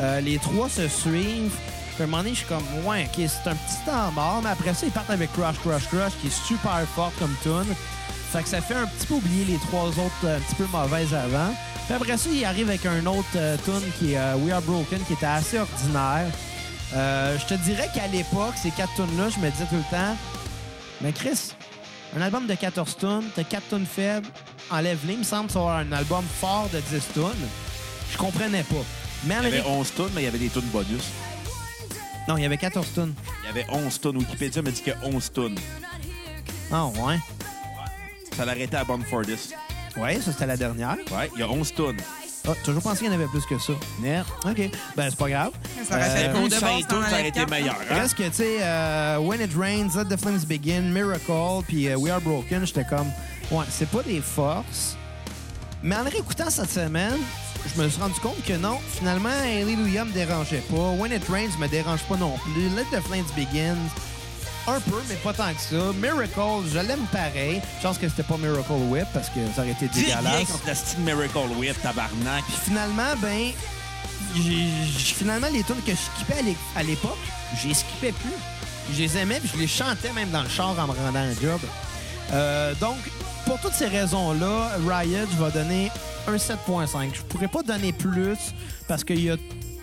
Speaker 1: Euh, les trois se suivent. Puis à un moment donné, je suis comme, ouais, OK, c'est un petit temps mort. Mais après ça, ils partent avec Crush, Crush, Crush, qui est super fort comme tune. Fait que ça fait un petit peu oublier les trois autres euh, un petit peu mauvaises avant. Puis après ça, il arrive avec un autre euh, tune qui est euh, We Are Broken, qui était assez ordinaire. Euh, je te dirais qu'à l'époque, ces quatre tunes-là, je me disais tout le temps, mais Chris, un album de 14 tunes, t'as 4 tunes faibles, enlève-les, il me semble que ça va avoir un album fort de 10 tunes. Je comprenais pas. Mais en
Speaker 2: Il y avait
Speaker 1: réalité-
Speaker 2: 11 tonnes, mais il y avait des tonnes bonus.
Speaker 1: Non, il y avait 14 tunes.
Speaker 2: Il y avait 11 tonnes. Wikipédia me dit qu'il y a 11 tonnes.
Speaker 1: Ah, ouais.
Speaker 2: Ça l'arrêtait à Bomb for this.
Speaker 1: Ouais, ça, c'était la dernière.
Speaker 2: Ouais, il y a 11 tonnes.
Speaker 1: Ah, toujours pensé qu'il y en avait plus que ça. Net. OK. Ben, c'est pas grave.
Speaker 3: Ça aurait fait
Speaker 1: Euh,
Speaker 3: qu'on
Speaker 2: Une,
Speaker 3: de
Speaker 2: cinq,
Speaker 3: base,
Speaker 2: tout,
Speaker 3: t'en
Speaker 2: ça aurait
Speaker 3: enlèves
Speaker 2: été
Speaker 3: quatre.
Speaker 2: meilleur. hein?
Speaker 1: Reste que, tu sais, euh, When It Rains, Let the Flames Begin, Miracle, puis euh, We Are Broken, j'étais comme, ouais, c'est pas des forces. Mais en les réécoutant cette semaine, je me suis rendu compte que non, finalement, Hallelujah me dérangeait pas. When It Rains me dérange pas non plus. Let the Flames Begin, un peu, mais pas tant que ça. Miracle, je l'aime pareil. Je pense que c'était pas Miracle Whip parce que ça aurait été
Speaker 2: Dis rien
Speaker 1: dégueulasse.
Speaker 2: contre la style Miracle Whip, tabarnak.
Speaker 1: Puis finalement, ben, j'ai- j'ai- finalement, les tunes que je skippais à l'é- à l'époque, je les skippais plus. Je les aimais, puis je les chantais même dans le char en me rendant un job. Euh, donc, pour toutes ces raisons-là, Riot, je vais donner un 7.5. Je pourrais pas donner plus parce qu'il y a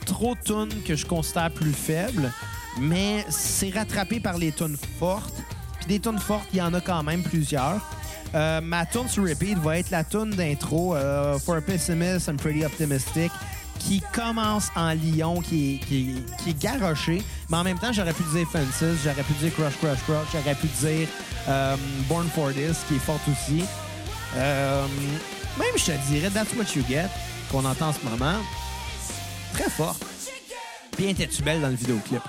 Speaker 1: trop de tunes que je considère plus faibles, mais c'est rattrapé par les tunes fortes. Puis des tunes fortes, il y en a quand même plusieurs. Euh, ma tune sur repeat va être la tune d'intro euh, For a Pessimist, I'm Pretty Optimistic qui commence en Lyon, qui est, qui, est- qui est garoché. Mais en même temps, j'aurais pu dire Fences, j'aurais pu dire Crush, Crush, Crush, j'aurais pu dire euh, Born for This, qui est forte aussi. Euh, même, je te dirais, That's What You Get, qu'on entend en ce moment, très fort. Bien, étais-tu belle dans le vidéoclip?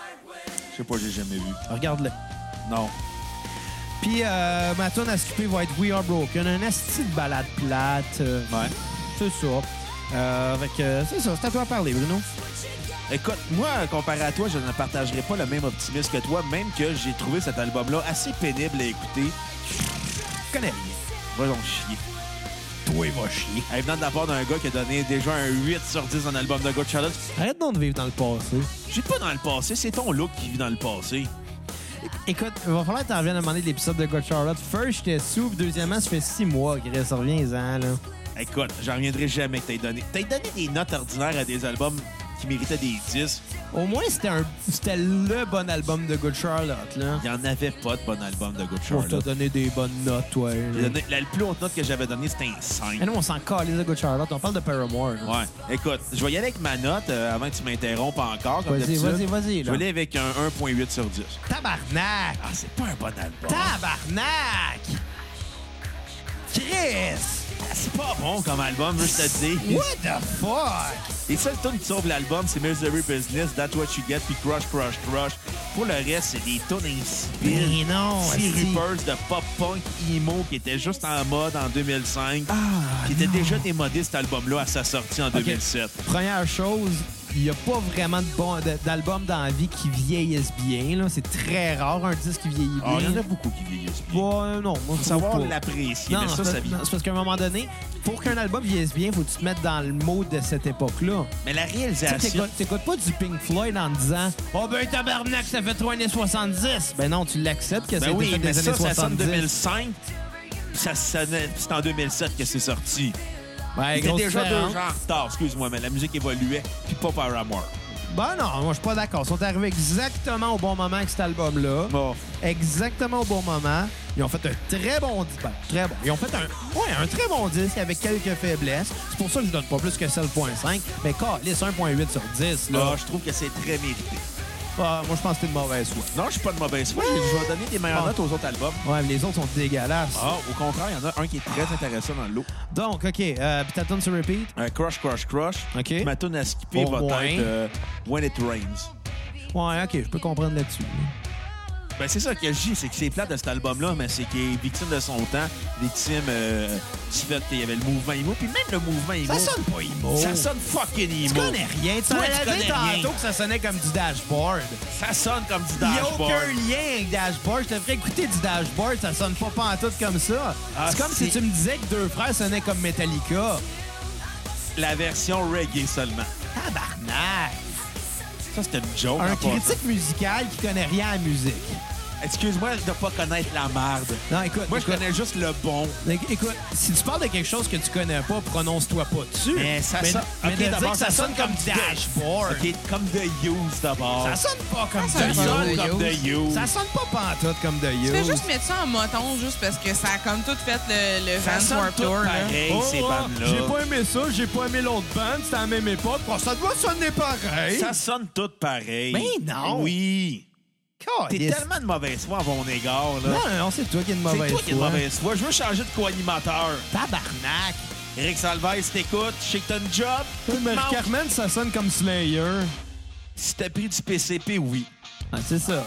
Speaker 2: Je sais pas, j'ai jamais vu.
Speaker 1: Regarde-le.
Speaker 2: Non.
Speaker 1: Puis, euh, ma tune à skipper va être We Are Broken, un asti de balade plate. euh,
Speaker 2: Ouais.
Speaker 1: C'est ça. Euh, fait que, c'est ça, c'est à toi de parler, Bruno.
Speaker 2: Écoute, moi, comparé à toi, je ne partagerai pas le même optimisme que toi, même que j'ai trouvé cet album-là assez pénible à écouter.
Speaker 1: Je connais rien.
Speaker 2: Va donc chier.
Speaker 1: Toi, va chier.
Speaker 2: Elle venant de la part d'un gars qui a donné déjà un 8 sur 10 dans l'album de Good Challenge.
Speaker 1: Arrête donc de vivre dans le passé.
Speaker 2: J'ai pas dans le passé, c'est ton look qui vit dans le passé.
Speaker 1: Écoute, il va falloir que t'en viennes à demander de l'épisode de God Charlotte. First, j'étais sous, puis deuxièmement, ça fait six mois qu'il reste, reviens-en, là.
Speaker 2: Écoute, j'en reviendrai jamais que t'aies donné. T'as donné des notes ordinaires à des albums qui méritaient des 10.
Speaker 1: Au moins, c'était un, c'était le bon album de Good Charlotte, là.
Speaker 2: Il n'y en avait pas de bon album de Good
Speaker 1: On t'a
Speaker 2: Charlotte.
Speaker 1: donné des bonnes notes, toi. là.
Speaker 2: J'ai donné- La, la plus haute note que j'avais donnée, c'était un 5.
Speaker 1: Mais nous, on s'en calise de Good Charlotte. On parle de Paramore, là.
Speaker 2: Ouais. Écoute, je vais y aller avec ma note euh, avant que tu m'interrompes encore. comme
Speaker 1: Vas-y,
Speaker 2: d'habitude.
Speaker 1: vas-y, vas-y,
Speaker 2: Je vais
Speaker 1: là.
Speaker 2: aller avec un 1.8 sur 10.
Speaker 1: Tabarnak!
Speaker 2: Ah, c'est pas un bon album.
Speaker 1: Tabarnak! Chris!
Speaker 2: Ah, C'est pas bon comme album, je te dis.
Speaker 1: What the fuck?
Speaker 2: Les seuls tunes qui sauvent l'album, c'est Misery Business, That's What You Get, puis Crush, Crush, Crush. Pour le reste, c'est des tunes
Speaker 1: Mais
Speaker 2: insipides.
Speaker 1: non,
Speaker 2: Sea
Speaker 1: esti.
Speaker 2: Reapers de pop-punk emo qui était juste en mode en 2005.
Speaker 1: Ah,
Speaker 2: qui était déjà démodé, cet album-là, à sa sortie en 2007.
Speaker 1: Première chose, il n'y a pas vraiment de bon, de- d'albums dans la vie qui vieillissent bien. là. C'est très rare un disque qui vieillit
Speaker 2: Ah, il y en
Speaker 1: bien.
Speaker 2: a beaucoup qui vieillissent bien.
Speaker 1: Bon, euh, non, moi,
Speaker 2: Faut
Speaker 1: je trouve
Speaker 2: savoir
Speaker 1: pas.
Speaker 2: l'apprécier,
Speaker 1: Non,
Speaker 2: mais ça,
Speaker 1: c'est-
Speaker 2: ça vieillit.
Speaker 1: non, c'est parce qu'à un moment donné, pour qu'un album vieillisse bien, faut que tu te mettes dans le mode de cette époque-là.
Speaker 2: Mais la
Speaker 1: Tu sais,
Speaker 2: réalisation...
Speaker 1: t'écoutes- T'écoutes pas du Pink Floyd en disant « Oh ben tabarnak, ça fait 3 années 70! » Ben non, tu l'acceptes que
Speaker 2: Ben
Speaker 1: c'était
Speaker 2: oui,
Speaker 1: fait
Speaker 2: mais
Speaker 1: des
Speaker 2: ça,
Speaker 1: années
Speaker 2: ça sonne
Speaker 1: 70.
Speaker 2: 2005. Ça sonnait... C'est en 2007 que c'est sorti.
Speaker 1: Ben,
Speaker 2: Il
Speaker 1: grosse
Speaker 2: était déjà
Speaker 1: différence.
Speaker 2: deux ans en retard, excuse-moi, mais la musique évoluait, puis pas Paramore.
Speaker 1: Ben non, moi, je suis pas d'accord. Ils sont arrivés exactement au bon moment avec cet album-là.
Speaker 2: Bon.
Speaker 1: exactement au bon moment. Ils ont fait un très bon disque. Ben, très bon. Ils ont fait un, ouais, un très bon disque avec quelques faiblesses. C'est pour ça que je donne pas plus que 7.5. Mais calisse 1.8 sur 10. Là.
Speaker 2: Là, Ah, je trouve que c'est très mérité.
Speaker 1: Ah, moi, Ah, je pense que c'est de mauvaise foi.
Speaker 2: Non, je suis pas de mauvaise foi. Je vais donner des meilleures
Speaker 1: Ah.
Speaker 2: notes aux autres albums.
Speaker 1: Ouais, mais les autres sont dégueulasses.
Speaker 2: Ah, au contraire, il y en a un qui est très intéressant dans l'eau.
Speaker 1: Donc, OK. Euh, puis ta tune sur repeat.
Speaker 2: Euh, crush, crush, crush.
Speaker 1: OK.
Speaker 2: Ma tune à skipper
Speaker 1: Au
Speaker 2: va
Speaker 1: moins.
Speaker 2: être euh, When It Rains.
Speaker 1: Ouais, OK. Je peux comprendre là-dessus.
Speaker 2: Ben, c'est ça que je dis, c'est que c'est plate de cet album-là, mais c'est qu'il est victime de son temps, victime euh, du fait qu'il y avait le mouvement emo, puis même le mouvement emo.
Speaker 1: Ça sonne pas emo.
Speaker 2: Ça sonne fucking emo.
Speaker 1: Tu connais rien. Tu
Speaker 2: Toi,
Speaker 1: m'as
Speaker 2: tu
Speaker 1: dit
Speaker 2: connais rien.
Speaker 1: tantôt que ça sonnait comme du dashboard.
Speaker 2: Ça sonne comme du
Speaker 1: Il n'y a
Speaker 2: dashboard.
Speaker 1: aucun lien avec Dashboard. Je te ferais écouter du Dashboard, ça sonne pas pantoute comme ça.
Speaker 2: Ah,
Speaker 1: c'est comme si
Speaker 2: c'est-
Speaker 1: tu me disais que deux frères sonnaient comme Metallica.
Speaker 2: La version reggae seulement.
Speaker 1: Tabarnak!
Speaker 2: Ça, c'était une joke.
Speaker 1: Un
Speaker 2: en passant.
Speaker 1: critique musical qui connaît rien à la musique.
Speaker 2: Excuse-moi de pas connaître la marde.
Speaker 1: Non, écoute,
Speaker 2: Moi, je
Speaker 1: écoute,
Speaker 2: connais juste le bon.
Speaker 1: écoute, si tu parles de quelque chose que tu connais pas, prononce-toi pas dessus.
Speaker 2: Mais ça sonne-
Speaker 1: mais
Speaker 2: ok,
Speaker 1: de dire
Speaker 2: d'abord,
Speaker 1: que ça, sonne comme
Speaker 2: du
Speaker 1: Dashboard.
Speaker 2: OK, comme The Use d'abord.
Speaker 1: Ça sonne pas comme
Speaker 3: Ça
Speaker 1: The
Speaker 2: Ça
Speaker 3: sonne
Speaker 1: Used.
Speaker 2: sonne comme
Speaker 3: The
Speaker 2: The Use.
Speaker 1: Ça sonne pas pantoute comme The
Speaker 3: Tu fais
Speaker 1: Used.
Speaker 3: juste mettre ça en moton, juste parce que ça a comme tout fait le, le
Speaker 2: Ça
Speaker 3: Vans
Speaker 2: sonne
Speaker 3: Warped
Speaker 2: tout
Speaker 3: Tour. là.
Speaker 2: pareil,
Speaker 1: Oh,
Speaker 2: ces
Speaker 1: oh, J'ai
Speaker 2: bandes-là.
Speaker 1: pas aimé ça, j'ai pas aimé l'autre band, c'était à la même époque. Oh, ça doit sonner pareil.
Speaker 2: Ça sonne tout pareil.
Speaker 1: Mais non. Ah,
Speaker 2: Oui. T'es
Speaker 1: Calisse.
Speaker 2: tellement de mauvaise foi à mon égard, là.
Speaker 1: Non, non, non, c'est toi qui es une
Speaker 2: C'est
Speaker 1: mauvaise
Speaker 2: toi qui es de
Speaker 1: foi.
Speaker 2: mauvaise foi. Je veux changer de co-animateur.
Speaker 1: Tabarnak!
Speaker 2: Rick Salvez, t'écoutes. Je sais que t'as une job.
Speaker 1: Oui, mais
Speaker 2: Manque.
Speaker 1: Carmen, ça sonne comme Slayer.
Speaker 2: Si t'as pris du PCP, oui.
Speaker 1: Ah, c'est ça.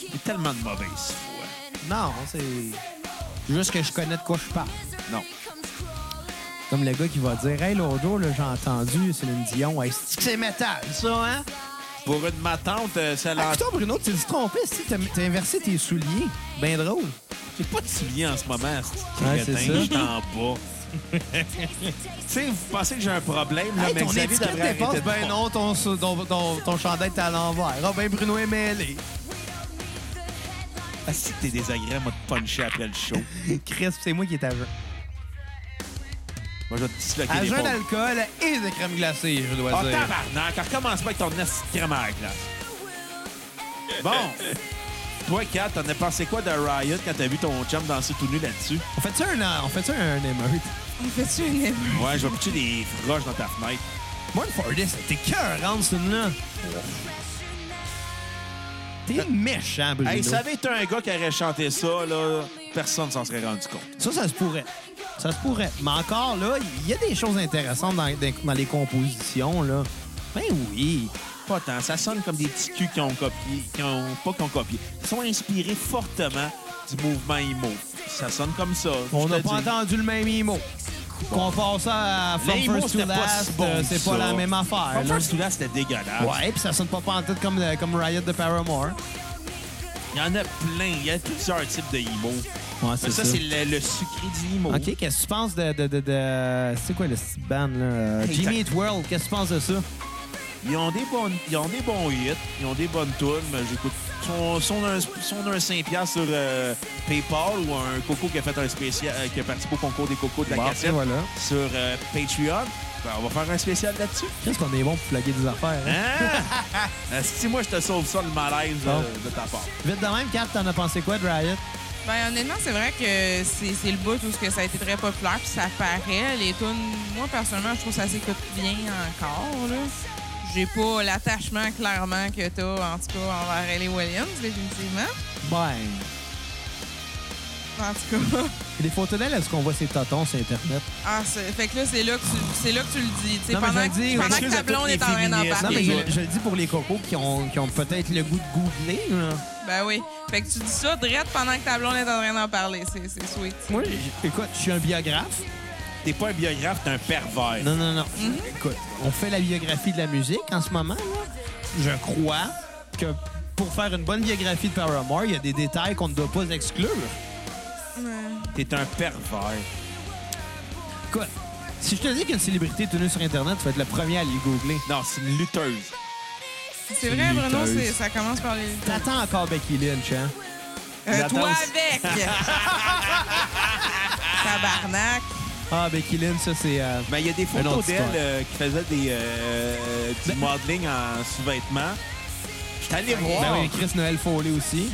Speaker 2: Il y a tellement de mauvaise foi.
Speaker 1: Non, c'est juste que je connais de quoi je parle.
Speaker 2: Non.
Speaker 1: Comme le gars qui va dire Hey, l'autre jour, là, j'ai entendu Céline Dion. Hey, c'est-tu que c'est métal, ça, hein?
Speaker 2: Pour une matante, euh, ça
Speaker 1: Ah,
Speaker 2: l'a.
Speaker 1: putain, Bruno, tu t'es dit trompé, si t'as t'as inversé tes souliers. Ben drôle.
Speaker 2: J'ai pas de souliers en ce moment. c'est
Speaker 1: Ouais, c'est
Speaker 2: crétin,
Speaker 1: ça.
Speaker 2: Je suis en bas. tu sais, vous pensez que j'ai un problème, là,
Speaker 1: Hey,
Speaker 2: mais
Speaker 1: ton
Speaker 2: Xavier
Speaker 1: étiquette
Speaker 2: devrait
Speaker 1: dépasse
Speaker 2: arrêter de
Speaker 1: ben
Speaker 2: pas-
Speaker 1: non, ton, sou- ton, ton, ton chandail est à l'envers. Ah ben Bruno est mêlé.
Speaker 2: Ah, si t'es désagréable, moi, te puncher après le show.
Speaker 1: Chris, c'est moi qui est à jeun.
Speaker 2: Moi, je vais te disloquer
Speaker 1: À
Speaker 2: les
Speaker 1: jeun
Speaker 2: paumes.
Speaker 1: d'alcool et de crème glacée, je dois
Speaker 2: Ah,
Speaker 1: dire.
Speaker 2: tabarnak! Recommence pas avec ton esti de crème à la glace. Bon. Toi, Kat, t'en as pensé quoi de Riot quand t'as vu ton chum danser tout nu là-dessus?
Speaker 1: On fait ça un, on fait ça un émeute.
Speaker 3: On fait-tu une émeute?
Speaker 2: Ouais, je vais pitcher des roches dans ta fenêtre.
Speaker 1: Moi, le Fordis, c'était cœur, ce là T'es méchant, Bruno.
Speaker 2: Euh, Hey, ça avait été un gars qui aurait chanté ça, là, personne s'en serait rendu compte.
Speaker 1: Ça, ça se pourrait. Ça se pourrait. Mais encore, là, il y a des choses intéressantes dans, dans- dans les compositions, là. Ben oui.
Speaker 2: Pas tant. Ça sonne comme des petits culs qui ont copié, qui ont pas qui ont copié. Ils sont inspirés fortement du mouvement emo. Ça sonne comme ça.
Speaker 1: On
Speaker 2: je
Speaker 1: n'a
Speaker 2: te
Speaker 1: pas
Speaker 2: dis.
Speaker 1: entendu le même IMO. Qu'on passe à From
Speaker 2: Les emos,
Speaker 1: First to
Speaker 2: c'était pas
Speaker 1: Last,
Speaker 2: si bon
Speaker 1: euh,
Speaker 2: que
Speaker 1: c'est pas
Speaker 2: ça.
Speaker 1: la même affaire.
Speaker 2: From
Speaker 1: là.
Speaker 2: First to Last, c'était dégueulasse.
Speaker 1: Ouais, puis ça sonne pas pantoute comme, le- comme Riot de Paramore.
Speaker 2: Il y en a plein. Il y a plusieurs types de emo.
Speaker 1: Ouais,
Speaker 2: Mais ça, c'est le, le sucré du emo.
Speaker 1: OK, qu'est-ce que tu penses de... de, de, de- C'est quoi le petit band, là? Euh,
Speaker 2: Hey,
Speaker 1: Jimmy
Speaker 2: t'as-
Speaker 1: Eat World, qu'est-ce que tu penses de ça?
Speaker 2: Ils ont des bonnes, ils ont des bons hits, ils ont des bonnes tunes, mais j'écoute. Sont, sont un, sont un 5 piastres sur euh, PayPal ou un coco qui a fait un spécial, euh, qui a participé au concours des cocos de la
Speaker 1: Bon,
Speaker 2: cassette
Speaker 1: voilà.
Speaker 2: sur euh, Patreon. Ben, on va faire un spécial là-dessus.
Speaker 1: Qu'est-ce qu'on est bon pour flaguer des affaires, hein?
Speaker 2: Hein? Euh, si moi je te sauve ça le malaise
Speaker 1: Bon.
Speaker 2: euh, de ta part.
Speaker 1: Vite de même, Cap, t'en as pensé quoi de Riot?
Speaker 3: Ben honnêtement, c'est vrai que c'est c'est le bout où ce que ça a été très populaire, puis ça paraît. Les tunes, moi personnellement, je trouve que ça s'écoute bien encore. là. J'ai pas l'attachement clairement que t'as en tout cas envers Ellie Williams, définitivement.
Speaker 1: Ben,
Speaker 3: En tout cas. [LAUGHS]
Speaker 1: des photos d'elle, est-ce qu'on voit ses totons sur Internet?
Speaker 3: Ah, c'est- fait que là, c'est là que tu, c'est là que tu le dis. tu sais,
Speaker 1: Non, mais je
Speaker 3: pendant
Speaker 1: veux
Speaker 3: que,
Speaker 1: dire,
Speaker 3: pendant
Speaker 2: excuse
Speaker 3: que ta
Speaker 2: à toutes
Speaker 3: blonde
Speaker 2: les
Speaker 3: est en train
Speaker 2: féministes.
Speaker 1: Non, mais
Speaker 3: d'embarquer.
Speaker 1: je,
Speaker 2: Et ouais.
Speaker 1: je le dis pour les cocos qui ont, qui ont peut-être le goût de googler. là.
Speaker 3: Ben oui. Fait que tu dis ça drette pendant que ta blonde est en train d'en parler. C'est c'est sweet.
Speaker 1: Moi, j- écoute, je suis un biographe.
Speaker 2: T'es pas un biographe, t'es un pervers.
Speaker 1: Non, non, non. Écoute, on fait la biographie de la musique en ce moment. là. Je crois que pour faire une bonne biographie de Paramore, il y a des détails qu'on ne doit pas exclure.
Speaker 2: T'es un pervers.
Speaker 1: Écoute, si je te dis qu'une célébrité est tenue sur Internet, tu vas être le premier à les googler.
Speaker 2: Non, c'est une lutteuse.
Speaker 3: C'est vrai, Bruno,
Speaker 2: lutteuse.
Speaker 3: c'est- ça commence par les.
Speaker 1: T'attends encore Becky Lynch, hein?
Speaker 3: Euh,
Speaker 2: La
Speaker 3: toi
Speaker 2: danse.
Speaker 1: [LAUGHS]
Speaker 3: avec! Tabarnak!
Speaker 1: Ah, Becky Lynch, ça, c'est... euh,
Speaker 2: Ben, il y a des
Speaker 1: Une
Speaker 2: photos
Speaker 1: autre
Speaker 2: d'elle
Speaker 1: histoire.
Speaker 2: euh, qui faisait des, euh, du
Speaker 1: Ben-
Speaker 2: modeling en sous-vêtements. Je suis allé voir.
Speaker 1: Ben oui, Chris Noël Foley aussi.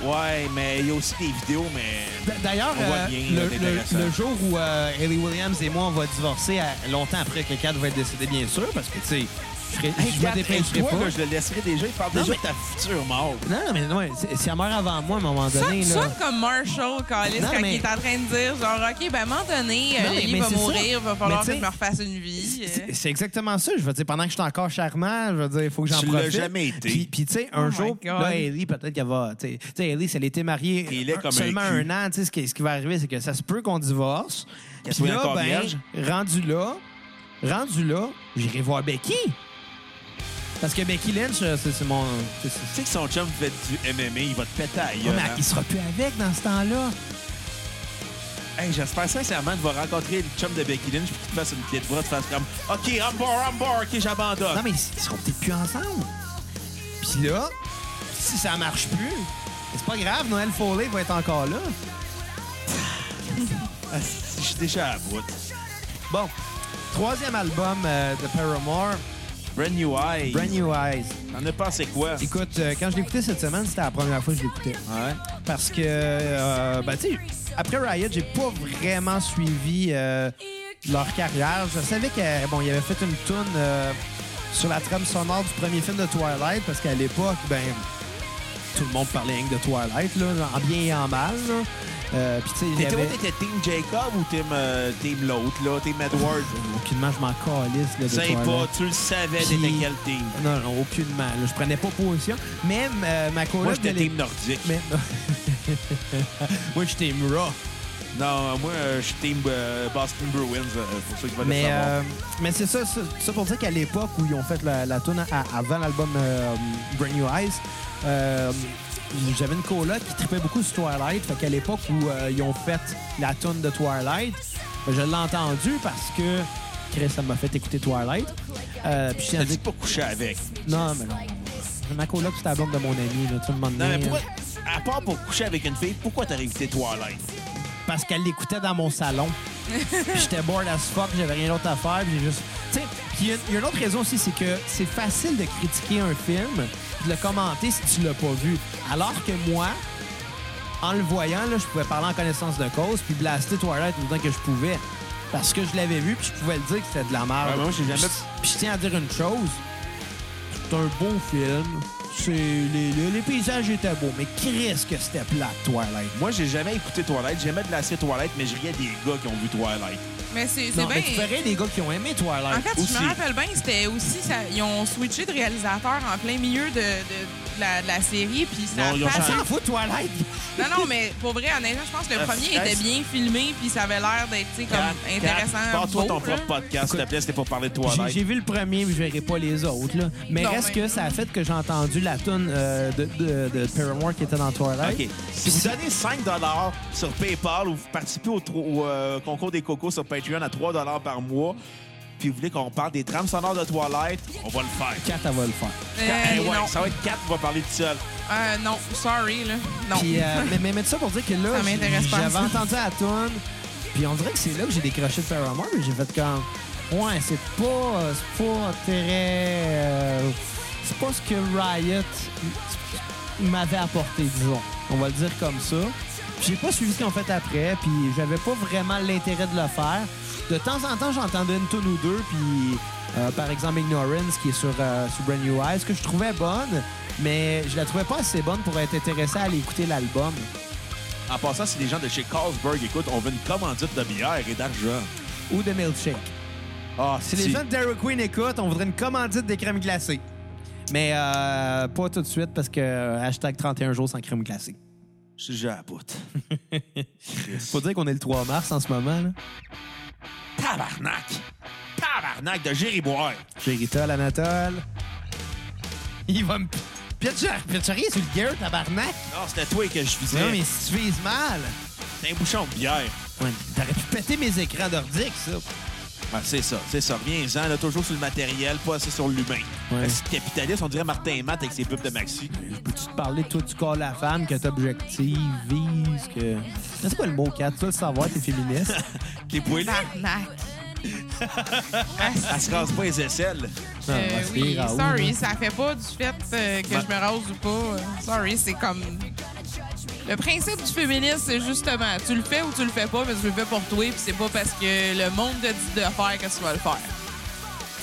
Speaker 2: Ouais, mais il y a aussi des vidéos, mais.
Speaker 1: D- D'ailleurs,
Speaker 2: On voit
Speaker 1: euh,
Speaker 2: bien, là,
Speaker 1: le,
Speaker 2: c'est
Speaker 1: le-
Speaker 2: intéressant.
Speaker 1: le jour où euh, Ellie Williams et moi, on va divorcer à- longtemps après que Kat va être décédée, bien sûr, parce que, tu sais, je serais- je me
Speaker 2: Kat,
Speaker 1: dépêcherai
Speaker 2: toi,
Speaker 1: pas.
Speaker 2: là, je le laisserai déjà. Il parle
Speaker 1: Non,
Speaker 2: déjà
Speaker 1: mais-
Speaker 2: de ta future mort.
Speaker 1: Non, non, mais non, si- si elle meurt avant moi, à un moment
Speaker 3: Ça
Speaker 1: donné, là...
Speaker 3: sonne comme Marshall, Callis,
Speaker 1: Non,
Speaker 3: quand
Speaker 1: mais-
Speaker 3: il est en train de dire, genre, OK, ben, à un moment donné, euh,
Speaker 1: Non, mais-
Speaker 3: Lily
Speaker 1: mais
Speaker 3: va
Speaker 1: c'est ça.
Speaker 3: mourir, va falloir
Speaker 1: Mais
Speaker 3: que
Speaker 1: tu
Speaker 3: je
Speaker 1: sais-
Speaker 3: me refasse une vie.
Speaker 1: C'est- C'est exactement ça. Je veux dire, pendant que je suis encore charmant, je veux dire, il faut que j'en
Speaker 2: Tu l'as
Speaker 1: profite.
Speaker 2: jamais été.
Speaker 1: Puis, puis, tu sais, un
Speaker 3: Oh my
Speaker 1: jour,
Speaker 3: God.
Speaker 1: là, Ellie, peut-être qu'elle va. Tu sais- tu sais, Ellie, si elle était mariée
Speaker 2: Il est
Speaker 1: un-
Speaker 2: comme un
Speaker 1: seulement un,
Speaker 2: cul.
Speaker 1: an, tu sais, ce qui, ce qui va arriver, c'est que ça se peut qu'on divorce. Puis
Speaker 2: Qu'elle soit
Speaker 1: là,
Speaker 2: encore vierge.
Speaker 1: ben, rendu là, rendu là, j'irai voir Becky. Parce que Becky Lynch, euh, c'est c'est mon. c'est- c'est-
Speaker 2: Tu sais que son chum fait du MMA, il va te péter à la
Speaker 1: Ouais,
Speaker 2: gueule,
Speaker 1: Oh, mais
Speaker 2: hein.
Speaker 1: il sera plus avec dans ce temps-là.
Speaker 2: Hey, J'espère sincèrement qu'il va rencontrer le chum de Becky Lynch puis qu'il te fasse une clé de bras, tu fasses comme OK, I'm bar, I'm bar, OK,
Speaker 1: Non,
Speaker 2: j'abandonne.
Speaker 1: mais ils ils seront peut-être plus ensemble. Puis là, si ça marche plus, c'est pas grave, Noël Foley va être encore là.
Speaker 2: Ah, si, Je suis déjà à bout.
Speaker 1: Bon, troisième album euh, de Paramore,
Speaker 2: Brand new eye.
Speaker 1: Brand New Eyes.
Speaker 2: T'en as pensé quoi?
Speaker 1: Écoute, euh, quand je l'écoutais cette semaine, c'était la première fois que je l'écoutais.
Speaker 2: Ouais.
Speaker 1: Parce que, euh, ben, tu sais, après Riot, j'ai pas vraiment suivi euh, leur carrière. Je savais qu'ils bon, ils avaient fait une tune sur la trame sonore du premier film de Twilight, parce qu'à l'époque, ben, tout le monde parlait rien que de Twilight, là, en bien et en mal. là. Euh, Puis, tu sais, il y
Speaker 2: T'étais où?
Speaker 1: avait...
Speaker 2: T'étais Team Jacob ou Team, euh, team l'autre, là? Team Edward?
Speaker 1: Aucunement, je m'en calisse. là, des
Speaker 2: sais
Speaker 1: toilettes.
Speaker 2: pas, tu le savais,
Speaker 1: Puis-
Speaker 2: t'étais quel team?
Speaker 1: Non, non, aucunement. Là, je prenais pas position. Même euh, ma coloc...
Speaker 2: Moi,
Speaker 1: de
Speaker 2: j'étais
Speaker 1: l'é-
Speaker 2: Team Nordique.
Speaker 1: Mais- [LAUGHS] Moi, j'étais Raw.
Speaker 2: Non, moi, euh, je suis Team euh, Boston Bruins, euh, pour ceux qui veulent
Speaker 1: Mais,
Speaker 2: le savoir.
Speaker 1: euh, mais c'est ça, ça, ça pour dire qu'à l'époque où ils ont fait la, la tourne avant l'album euh, Brand New Eyes, euh, j'avais une coloc qui tripait beaucoup sur Twilight. Fait qu'à l'époque où euh, ils ont fait la tourne de Twilight, ben, je l'ai entendu parce que Chris, ça m'a fait écouter Twilight. Euh, puis je tiens à
Speaker 2: T'as dit
Speaker 1: dire
Speaker 2: de pas coucher avec.
Speaker 1: que- Non, mais non. Ma coloc, c'était la blonde de mon ami. Là, tu me demandes
Speaker 2: Non, mais
Speaker 1: bien,
Speaker 2: pourquoi,
Speaker 1: hein.
Speaker 2: à part pour coucher avec une fille, pourquoi t'as réinvité Twilight?
Speaker 1: parce qu'elle l'écoutait dans mon salon. Puis J'étais bored as fuck, j'avais rien d'autre à faire, puis j'ai juste... Tu sais, puis il y a- il y, a une autre raison aussi, c'est que c'est facile de critiquer un film, puis de le commenter si tu l'as pas vu. Alors que moi, en le voyant, là, je pouvais parler en connaissance de cause, puis blaster Twilight autant que je pouvais. Parce que je l'avais vu, puis je pouvais le dire que c'était de la merde.
Speaker 2: Ouais, mais moi, j'ai jamais-
Speaker 1: Puis- Puis je tiens à dire une chose, c'est un beau film. C'est les, les- les paysages étaient beaux, mais qu'est-ce que c'était plat, Twilight.
Speaker 2: Moi, j'ai jamais écouté Twilight. J'aimais de l'acier Twilight, mais je riais des gars qui ont vu Twilight.
Speaker 3: Mais c'est c'est
Speaker 1: Non, mais tu
Speaker 3: bien.
Speaker 1: verrais des gars qui ont aimé Twilight.
Speaker 3: En fait, je
Speaker 2: aussi.
Speaker 3: me rappelle bien, c'était aussi. ça- ils ont switché de réalisateur en plein milieu de, de- de la, de la série, puis ça
Speaker 2: Non, ils ont
Speaker 3: passe-
Speaker 2: changé.
Speaker 1: s'en fout de Twilight.
Speaker 3: Non, non, mais pour vrai, honnêtement, je pense que le
Speaker 2: Ah,
Speaker 3: premier
Speaker 2: c'est-
Speaker 3: était bien filmé, puis ça avait l'air d'être, tu sais, comme
Speaker 2: Kat, Kat,
Speaker 3: intéressant.
Speaker 2: Pars-toi ton
Speaker 3: beau, là.
Speaker 2: propre podcast, s'il te plaît, c'était pas parler de
Speaker 1: J'ai-
Speaker 2: Twilight.
Speaker 1: J'ai vu le premier, mais je verrai pas les autres. Là. Mais
Speaker 3: Non,
Speaker 1: reste
Speaker 3: mais-
Speaker 1: que ça a fait que j'ai entendu la tune euh, de, de, de Paramore qui était dans Twilight.
Speaker 2: OK. Hein? Si vous donnez 5 sur PayPal ou vous participez au, tro- au, euh, concours des cocos sur Patreon à 3 par mois, puis vous voulez qu'on parle des trames sonores de Twilight, on va le faire.
Speaker 1: Kat, elle va le faire.
Speaker 3: Euh,
Speaker 2: Eh ouais,
Speaker 1: Ah,
Speaker 3: non.
Speaker 2: ça va être 4 qui va parler tout seul.
Speaker 3: Euh, non, sorry, là. Non.
Speaker 1: Puis, euh, mais, mais, mais tout ça pour dire que là,
Speaker 3: Ça m'intéresse
Speaker 1: j-
Speaker 3: pas.
Speaker 1: j'avais entendu la tune, puis on dirait que c'est là que j'ai décroché de Paramore, mais j'ai fait comme... Ouais, c'est pas, euh, c'est pas très... euh, c'est pas ce que Riot m'avait apporté, disons. On va le dire comme ça. Puis J'ai pas suivi ce qu'ils ont fait après, puis j'avais pas vraiment l'intérêt de le faire. De temps en temps, j'entendais une tune ou deux, puis euh, par exemple Ignorance qui est sur, euh, sur Brand New Eyes, que je trouvais bonne, mais je la trouvais pas assez bonne pour être intéressé à aller écouter l'album.
Speaker 2: En passant, si les gens de chez Carlsberg écoutent, on veut une commandite de bière et d'argent.
Speaker 1: Ou de Milkshake.
Speaker 2: Ah,
Speaker 1: Si les gens de Dairy Queen écoutent, on voudrait une commandite des crèmes glacées. Mais euh, pas tout de suite parce que euh, hashtag 31 jours sans crème glacée.
Speaker 2: Je suis déjà à bout.
Speaker 1: [LAUGHS] Faut dire qu'on est le 3 mars en ce moment. Là.
Speaker 2: Tabarnak! Tabarnak de Gériboire!
Speaker 1: J'ai Ritol, Anatole. Il va me... Pitcher, pitcher rien sur le gear, tabarnak.
Speaker 2: Non, c'était toi que je visais.
Speaker 1: Non, mais si tu vises mal...
Speaker 2: T'es un bouchon de bière.
Speaker 1: Ouais, T'aurais pu péter mes écrans d'ordi avec ça.
Speaker 2: Ah, c'est ça, c'est ça. Reviens-en, là, toujours sur le matériel, pas assez sur l'humain.
Speaker 1: Ouais.
Speaker 2: Parce que capitaliste, on dirait Martin Matt avec ses pubs de Maxi.
Speaker 1: Peux-tu te parler, toi, tu calls la femme, que t'objectivises, que... C'est quoi le mot, Kat? Tu dois le savoir, t'es féministe.
Speaker 2: T'es poilé.
Speaker 3: Ah. Tabarnak.
Speaker 2: Elle se rase pas les aisselles.
Speaker 1: [LAUGHS] Non,
Speaker 3: Euh,
Speaker 1: on va se
Speaker 3: oui,
Speaker 1: rire à où,
Speaker 3: sorry,
Speaker 1: là?
Speaker 3: ça fait pas du fait euh, que
Speaker 2: Ben-
Speaker 3: je me rase ou pas. euh, Sorry, c'est comme. Le principe du féminisme, c'est justement, tu le fais ou tu le fais pas, mais tu le fais pour toi, puis c'est pas parce que le monde te dit de le faire que tu vas le faire.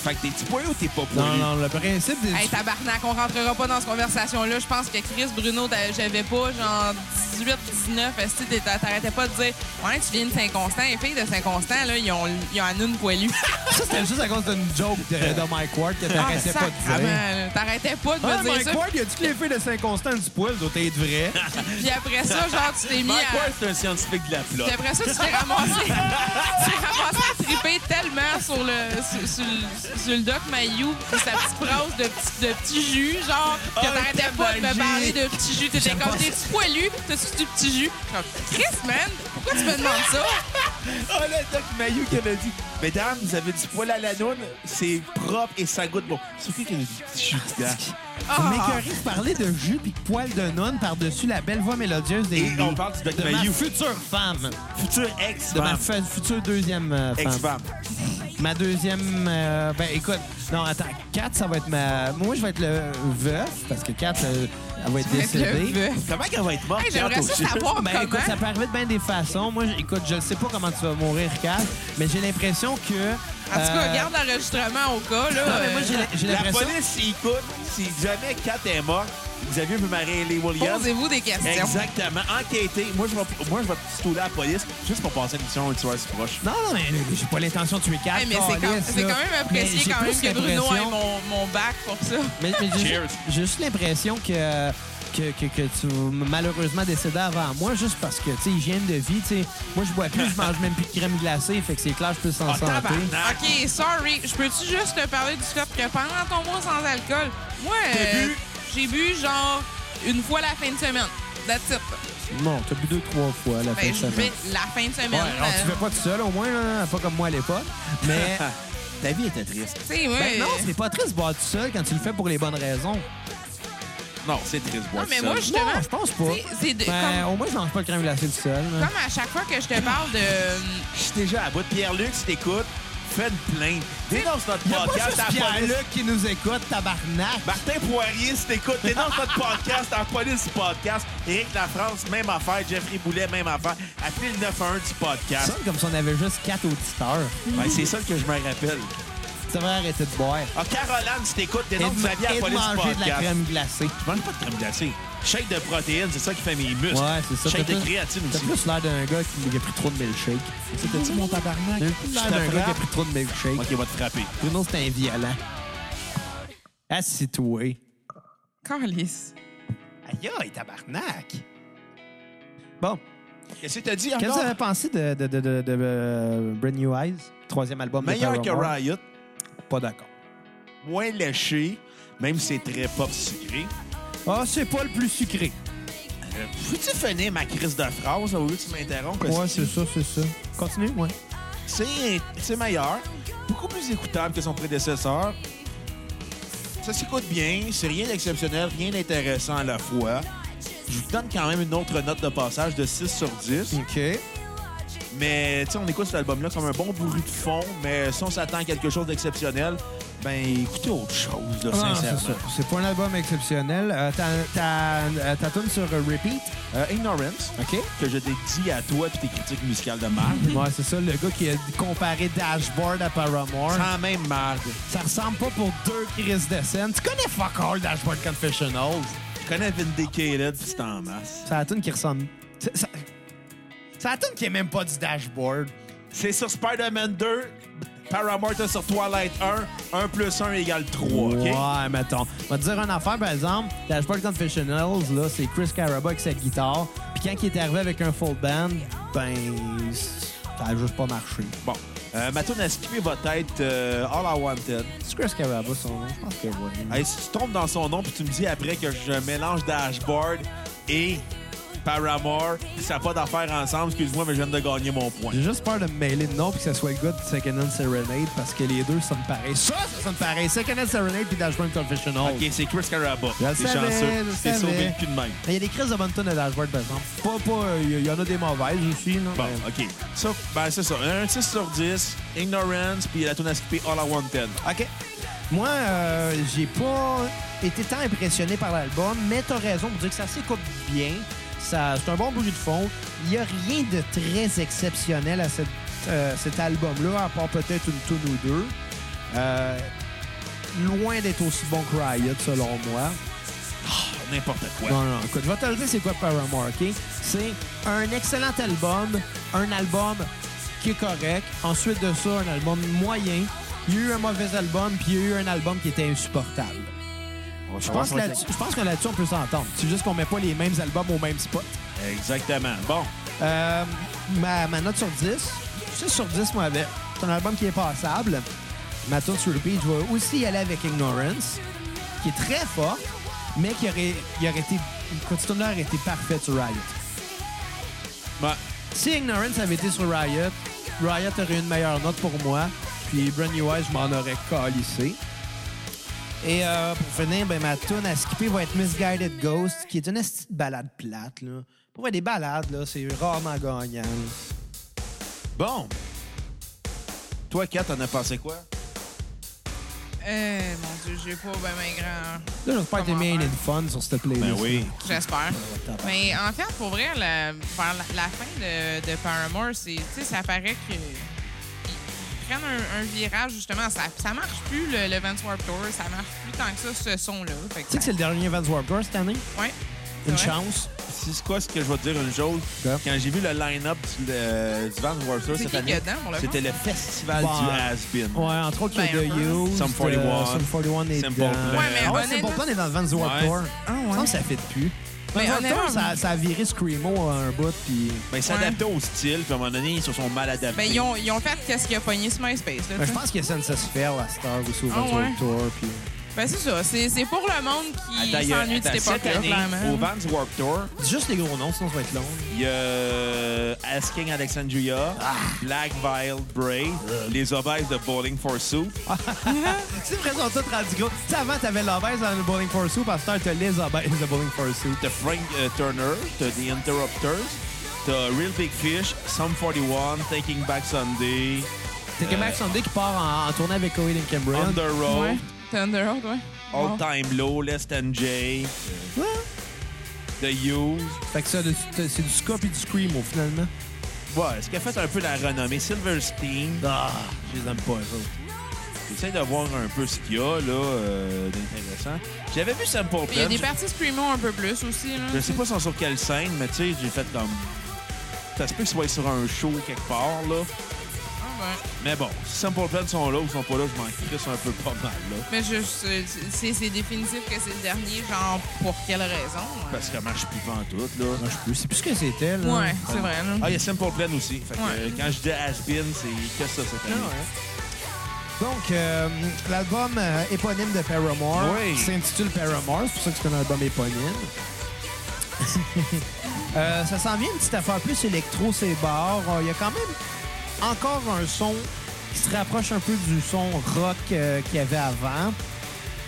Speaker 2: Fait que t'es-tu poilé ou t'es pas poilé?
Speaker 1: Non, non, le principe des...
Speaker 3: Hey, tabarnak, on rentrera pas dans cette conversation-là. Je pense que Chris, Bruno, t'as- j'avais pas genre 18, 19, est-ce que t'étais- t'arrêtais pas de dire Ouais, tu viens de Saint-Constant, les filles de Saint-Constant, là, ils ont, ils ont un une poilue.
Speaker 1: Ça, c'était juste à cause d'une joke de, de Mike Ward que t'arrêtais
Speaker 3: Ah,
Speaker 1: pas de dire.
Speaker 3: sacrement, là. T'arrêtais pas de
Speaker 1: Ah,
Speaker 3: me dire
Speaker 1: Mike
Speaker 3: ça.
Speaker 1: Ward, il a dit que les filles de Saint-Constant du poil doivent être [LAUGHS] vraies.
Speaker 3: Puis après ça, genre, tu t'es mis
Speaker 2: Mike
Speaker 3: à.
Speaker 2: Ward, c'est un scientifique de la
Speaker 3: Puis
Speaker 2: flotte.
Speaker 3: après ça, tu t'es ramassé. [LAUGHS] tu t'es ramassé à triper tellement sur le, sur, sur le, sur le doc Mayou pis sa petite phrase de, petit- de petit jus, genre,
Speaker 2: Oh,
Speaker 3: que t'arrêtais
Speaker 2: quelle
Speaker 3: pas de me
Speaker 2: magie.
Speaker 3: parler de petit jus. T'étais
Speaker 1: J'aime
Speaker 3: comme
Speaker 1: pas
Speaker 3: des petits poilus, t'as-tu du petit jus? Comme, Chris, man, pourquoi tu me demandes ça?
Speaker 2: Oh, le Doc Mayou qui a dit Mesdames, vous avez du poil à la noune, c'est propre et ça goûte bon. C'est qui qui a dit Je suis dedans.
Speaker 1: Vous
Speaker 3: Ah,
Speaker 1: m'écoeurez de parler de jus pis de poil de nonne par-dessus la belle voix mélodieuse des...
Speaker 2: Et on parle du Doc
Speaker 1: de ma
Speaker 2: Mayou.
Speaker 1: future femme.
Speaker 2: Futur
Speaker 1: De ma
Speaker 2: ex-femme.
Speaker 1: fa- future deuxième euh, femme.
Speaker 2: Ex-femme.
Speaker 1: Ma deuxième... euh, ben, écoute... Non, attends. Kat, ça va être ma... Moi, je vais être le veuf, parce que Kat, euh, elle va être
Speaker 3: mais le
Speaker 1: décédée.
Speaker 3: veuf.
Speaker 2: Comment qu'elle va être morte?
Speaker 3: Hey, J'aimerais
Speaker 2: Kat,
Speaker 3: ça
Speaker 2: au jeu?
Speaker 3: savoir
Speaker 1: Ben, écoute, ça
Speaker 3: comment.
Speaker 1: peut arriver de bien des façons. Moi, j- écoute, je ne sais pas comment tu vas mourir, Kat, mais j'ai l'impression que...
Speaker 3: En tout cas, regarde euh, l'enregistrement au cas, là.
Speaker 1: Euh, Non, mais moi, j'ai- j'ai
Speaker 2: La
Speaker 1: l'impression...
Speaker 2: police, ils écoutent. Si jamais Kat est morte, Xavier peut marrer les Williams.
Speaker 3: Posez-vous des questions.
Speaker 2: Exactement. Enquêtez. Moi, je vais, moi, je vais pistouler à la police juste pour passer une mission une soirée si proche.
Speaker 1: Non, non, mais j'ai pas l'intention de tuer quatre.
Speaker 3: Hey, mais c'est quand,
Speaker 1: câlisse,
Speaker 3: c'est
Speaker 1: là.
Speaker 3: quand même
Speaker 1: Mais j'ai
Speaker 3: apprécié quand
Speaker 1: plus
Speaker 3: même que Bruno ait
Speaker 1: l'impression-
Speaker 3: mon, mon bac pour ça.
Speaker 1: Mais, mais j'ai-
Speaker 2: Cheers.
Speaker 1: j'ai juste l'impression que, que, que, que tu vas malheureusement décéder avant moi, juste parce que, tu sais, hygiène de vie, tu sais, moi, je bois plus, je mange même plus de crème glacée, fait que c'est clair, je peux s'en
Speaker 2: Ah,
Speaker 1: santé.
Speaker 2: tabarnak.
Speaker 3: OK, sorry. Je peux-tu juste te parler du fait que pendant ton mois sans alcool, moi,
Speaker 2: T'as
Speaker 3: euh,
Speaker 2: bu?
Speaker 3: j'ai bu genre une fois la fin de semaine. That's it.
Speaker 1: Non, t'as bu deux, trois fois la fin
Speaker 3: Ben,
Speaker 1: de
Speaker 3: je
Speaker 1: semaine.
Speaker 3: vais la fin de semaine.
Speaker 1: Ouais, alors,
Speaker 3: euh,
Speaker 1: tu fais pas tout seul, au moins, là, pas comme moi à l'époque.
Speaker 3: [LAUGHS]
Speaker 2: [LAUGHS]
Speaker 1: Mais,
Speaker 2: Ta vie était triste.
Speaker 3: tu sais, moi,
Speaker 1: ben non,
Speaker 3: euh,
Speaker 1: c'est pas triste de boire tout seul quand tu le fais pour les bonnes raisons.
Speaker 2: Non, c'est triste. boire
Speaker 3: Non, mais
Speaker 2: seul.
Speaker 3: moi, je- Justement.
Speaker 1: Non, je pense pas.
Speaker 3: tu sais, c'est de-
Speaker 1: Ben, au moins, je mange pas de crème glacée tout seul.
Speaker 3: comme,
Speaker 1: là.
Speaker 3: comme à chaque fois que je te parle de... euh,
Speaker 2: Je suis déjà à bout de Pierre-Luc, si t'écoutes, fais une plainte. Dénonce notre
Speaker 1: Y a pas
Speaker 2: podcast
Speaker 1: juste
Speaker 2: à la police.
Speaker 1: Pierre-Luc qui nous écoute, tabarnak.
Speaker 2: Martin Poirier, si t'écoutes, dénonce notre podcast à la police du podcast. Éric Lafrance, même affaire. Jeffrey Boulet, même affaire. Appelez le 911 du
Speaker 1: Ça
Speaker 2: podcast.
Speaker 1: sonne comme si on avait juste quatre auditeurs.
Speaker 2: Ben, c'est ça que je me rappelle.
Speaker 1: Tu devrais arrêter de boire.
Speaker 2: Ah, Caroline, si t'écoutes,
Speaker 1: Et de,
Speaker 2: dénonce Xavier à
Speaker 1: et
Speaker 2: la
Speaker 1: de
Speaker 2: police du
Speaker 1: manger de la
Speaker 2: podcast.
Speaker 1: crème glacée.
Speaker 2: Je mange pas de crème glacée. Shake de protéines, c'est ça qui fait mes muscles.
Speaker 1: Ouais, c'est ça.
Speaker 2: Shake
Speaker 1: T'as
Speaker 2: de
Speaker 1: plus-
Speaker 2: créatine
Speaker 1: T'as
Speaker 2: aussi.
Speaker 1: plus l'air d'un gars qui qui a pris trop de milkshake. C'était-tu mon tabarnak? T'as plus l'air
Speaker 2: Hein? Je te
Speaker 1: d'un gars qui a
Speaker 2: frappe.
Speaker 1: pris trop de milkshake.
Speaker 2: Moi qui va te frapper.
Speaker 1: Bruno, c'est un violent. Assis-toi.
Speaker 3: Carlis.
Speaker 1: Aïe, aïe, tabarnak! Bon,
Speaker 2: Qu'est-ce que t'as dit,
Speaker 1: qu'est-ce que
Speaker 2: Arnaud?
Speaker 1: t'avais pensé de, de, de, de, de, euh, Brand New Eyes? Troisième album de
Speaker 2: Meilleur que
Speaker 1: Paramore.
Speaker 2: Riot,
Speaker 1: Pas d'accord.
Speaker 2: moins léché, même si c'est très pop sucré.
Speaker 1: Ah, c'est pas le plus sucré.
Speaker 2: Euh, Peux-tu finir ma crise de phrase, là, au lieu que tu m'interrompes? parce que
Speaker 1: ça, c'est ça. Continue, ouais.
Speaker 2: c'est- C'est meilleur, beaucoup plus écoutable que son prédécesseur. Ça s'écoute bien, c'est rien d'exceptionnel, rien d'intéressant à la fois. Je vous donne quand même une autre note de passage de 6 sur 10.
Speaker 1: OK.
Speaker 2: Mais tu sais, on écoute cet album-là comme un bon bruit de fond, mais si on s'attend à quelque chose d'exceptionnel, ben écoutez autre chose, là,
Speaker 1: Ah, c'est ça.
Speaker 2: sincèrement.
Speaker 1: C'est pas un album exceptionnel. Euh, ta- ta euh, ta tune sur euh, Repeat,
Speaker 2: Euh, Ignorance,
Speaker 1: OK?
Speaker 2: que je t'ai dit à toi et tes critiques musicales de marde.
Speaker 1: Ouais, c'est ça, le gars qui a comparé Dashboard à Paramore. Ça,
Speaker 2: Sans même marde.
Speaker 1: ressemble pas pour deux Chris de scène. Tu connais fuck all Dashboard Confessionals.
Speaker 2: Je connais Vindicated, pis c'est en masse.
Speaker 1: C'est la tune qui ressemble. C'est ça- c'est la tune qui est même pas du Dashboard.
Speaker 2: C'est sur Spider-Man 2, Paramore était sur Twilight 1, 1 plus 1 égale 3, OK?
Speaker 1: Ouais, mettons. Je vais te dire une affaire, par exemple. Dashboard Confessionals, là, c'est Chris Caraba avec sa guitare. Puis quand il est arrivé avec un full band, ben, ça a juste pas marché.
Speaker 2: Bon. Euh, ma tune à skipper va être euh, All I Wanted.
Speaker 1: C'est Chris Caraba, son nom? Je pense que oui.
Speaker 2: Hey, si tu tombes dans son nom puis tu me dis après que je mélange Dashboard et Paramore, pis ça n'a pas d'affaire ensemble, excuse-moi, mais je viens de gagner mon point.
Speaker 1: J'ai juste peur de me mêler de nom puis que ce soit le gars de Second Hand Serenade parce que les deux sont pareils. Ça, ça sonne pareil. Second Hand Serenade puis Dashboard Confessional.
Speaker 2: OK, c'est Chris Caraba.
Speaker 1: Je le
Speaker 2: T'es
Speaker 1: savais,
Speaker 2: chanceux.
Speaker 1: je le
Speaker 2: T'es sauvé
Speaker 1: savais.
Speaker 2: le cul de même.
Speaker 1: Il y a des crises de bonne tonne de Dashboard, par exemple. Pas, pas, il y- il y en a des mauvaises aussi. Là,
Speaker 2: Bon,
Speaker 1: mais-
Speaker 2: OK. Ça, ben, c'est ça. Un 6 sur 10, Ignorance, puis la tune à skipper All I Wanted.
Speaker 1: OK. Moi, euh, j'ai pas été tant impressionné par l'album, mais t'as raison pour dire que ça s'écoute bien. Ça, c'est un bon bruit de fond. Il y a rien de très exceptionnel à cette- euh, cet album-là, à part peut-être une tune ou deux. Euh, loin d'être aussi bon que Riot, selon moi.
Speaker 2: N'importe quoi.
Speaker 1: Non, non, écoute, je vais te le dire c'est quoi Paramore, OK? C'est un excellent album, un album qui est correct. Ensuite de ça, un album moyen. Il y a eu un mauvais album, puis il y a eu un album qui était insupportable. Je pense, que là-dessus- je pense que là-dessus, on peut s'entendre. C'est juste qu'on met pas les mêmes albums au même spot.
Speaker 2: Exactement. Bon,
Speaker 1: Euh, ma, ma note sur 10, 6 sur 10, moi, avec. C'est un album qui est passable. Ma tune sur repeat, je vais aussi y aller avec Ignorance, qui est très fort, mais qui aurait, il aurait été... Quand tu aurait été parfait sur Riot.
Speaker 2: ben,
Speaker 1: Si Ignorance avait été sur Riot, Riot aurait une meilleure note pour moi. Puis Brand New Eyes, je m'en aurais calissé. Et euh, pour finir, ben, ma tune à skipper va être Misguided Ghost, qui est une petite balade plate. Là. Pour vrai, des balades, là, c'est rarement gagnant.
Speaker 2: bon. Toi, Kat, t'en as pensé quoi?
Speaker 3: Euh, mon Dieu, j'ai pas ben, ben grand...
Speaker 1: Là, j'espère que t'as mis
Speaker 3: Comment
Speaker 1: une
Speaker 3: faire? Ben
Speaker 1: fun sur cette
Speaker 2: Ben
Speaker 1: playlist.
Speaker 3: J'espère.
Speaker 1: tabarnak.
Speaker 3: Mais en fait, pour vrai, la, vers la, la fin de, de Paramore, c'est, tu sais, ça paraît que prenne un, un virage, justement. Ça, ça marche plus, le, le Vans Warped Tour. Ça marche plus tant que ça, ce son-là. Fait que
Speaker 1: Tu sais que c'est le dernier Vans Warped Tour cette année?
Speaker 3: Ouais. C'est
Speaker 1: Une
Speaker 3: vrai.
Speaker 1: chance.
Speaker 2: C'est quoi ce que je vais te dire une chose?
Speaker 1: Quoi?
Speaker 2: Quand j'ai vu le line-up du, euh, du Van Warser
Speaker 3: C'est
Speaker 2: cette
Speaker 3: qui
Speaker 2: année,
Speaker 3: qu'il y a dedans, pour le
Speaker 2: c'était le festival
Speaker 1: Ouais.
Speaker 2: du Has-Been.
Speaker 1: Ouais, entre autres, il y a
Speaker 3: Ben,
Speaker 1: The
Speaker 3: un.
Speaker 1: Used,
Speaker 2: Sum 41.
Speaker 1: euh, Sum 41 est
Speaker 2: Simple
Speaker 1: dedans. Ah
Speaker 2: Plan.
Speaker 3: Ouais, mais
Speaker 1: ouais,
Speaker 3: honnêtement-
Speaker 1: c'est pourtant les Vans Warped
Speaker 2: Ouais.
Speaker 1: Tour.
Speaker 3: Ah ouais.
Speaker 1: Il me semble que ça fait de plus.
Speaker 3: Mais
Speaker 1: Vans Warped Tour,
Speaker 3: honnêtement-
Speaker 1: ça, ça a viré Screamo à un bout, puis...
Speaker 2: Ben, ils s'adaptaient au style, puis à un moment donné, ils se sont mal adaptés.
Speaker 3: Ben, ils ont, ils ont fait qu'est-ce qu'il a pogné sur MySpace. Là,
Speaker 1: Ben,
Speaker 3: tu
Speaker 1: je
Speaker 3: sais.
Speaker 1: pense qu'il y a Census Fair à Star aussi au
Speaker 3: Ah
Speaker 1: Vans
Speaker 3: ouais.
Speaker 1: Warped Tour, puis...
Speaker 3: Ben, c'est ça. C'est c'est pour le monde
Speaker 1: Ah,
Speaker 3: qui
Speaker 2: Attends, il y a-
Speaker 3: s'ennuie de cette
Speaker 2: Ah, attends, cette
Speaker 3: époque-là,
Speaker 2: année,
Speaker 3: clairement.
Speaker 2: au Vans Warped Tour,
Speaker 1: Dis Juste les gros noms, sinon ça va être long.
Speaker 2: il y a euh, Asking Alexandria,
Speaker 1: Ah.
Speaker 2: Black Vile Bray,
Speaker 1: Euh.
Speaker 2: les obèses de Bowling for Soup.
Speaker 1: C'est vraiment ça, rendu gros. Tu sais, avant, t'avais l'obèse dans le Bowling for Soup, parce que t'as les obèses de Bowling for Soup.
Speaker 2: T'as Frank euh, Turner, t'as The Interrupters, t'as Real Big Fish, Sum 41, Taking Back Sunday,
Speaker 1: C'est que Max Sunday qui part en, en tournée avec Coheed and Cambria.
Speaker 2: Under Road,
Speaker 3: Ouais. Thunderhawk, ouais.
Speaker 2: All
Speaker 3: Bon.
Speaker 2: Time Low, Less Than Jay,
Speaker 1: Ouais.
Speaker 2: The Used.
Speaker 1: Fait que ça, de- c'est c'est du ska et du screamo, finalement.
Speaker 2: Ouais, ce qui a fait un peu la renommée, Silverstein.
Speaker 1: Ah, je les aime pas, ça.
Speaker 2: J'essaie de voir un peu ce qu'il y a, là, euh, d'intéressant. J'avais vu Sam Plan.
Speaker 3: Il y a des parties Screamo un peu plus aussi. Là.
Speaker 2: Je sais pas si on est sur quelle scène, mais tu sais, j'ai fait comme. Ça se peut qu'ils soient sur un show quelque part, là.
Speaker 3: Ah, ben.
Speaker 2: Mais bon, si Sample Plan sont là ou sont pas là, je m'en crisse un peu pas mal, là.
Speaker 3: Mais je, c'est c'est- c'est définitif que c'est le dernier, genre, pour quelle raison? hein?
Speaker 2: Parce que ça marche plus en tout, là.
Speaker 1: Moi, Ah, je peux. C'est plus ce que c'était, là.
Speaker 3: Ouais, c'est vrai. Là.
Speaker 2: Ah, il y a Simple Plan aussi. Fait que
Speaker 3: Ouais.
Speaker 2: euh, quand je dis Has-Been, c'est que ça cette année.
Speaker 1: Ah Donc, euh, l'album euh, éponyme de Paramore
Speaker 2: Oui.
Speaker 1: s'intitule Paramore. C'est pour ça que c'est un album éponyme. [LAUGHS] Euh, ça s'en vient une petite affaire plus électro, c'est bar. Euh, Il y a quand même encore un son qui se rapproche un peu du son rock euh, qu'il y avait avant.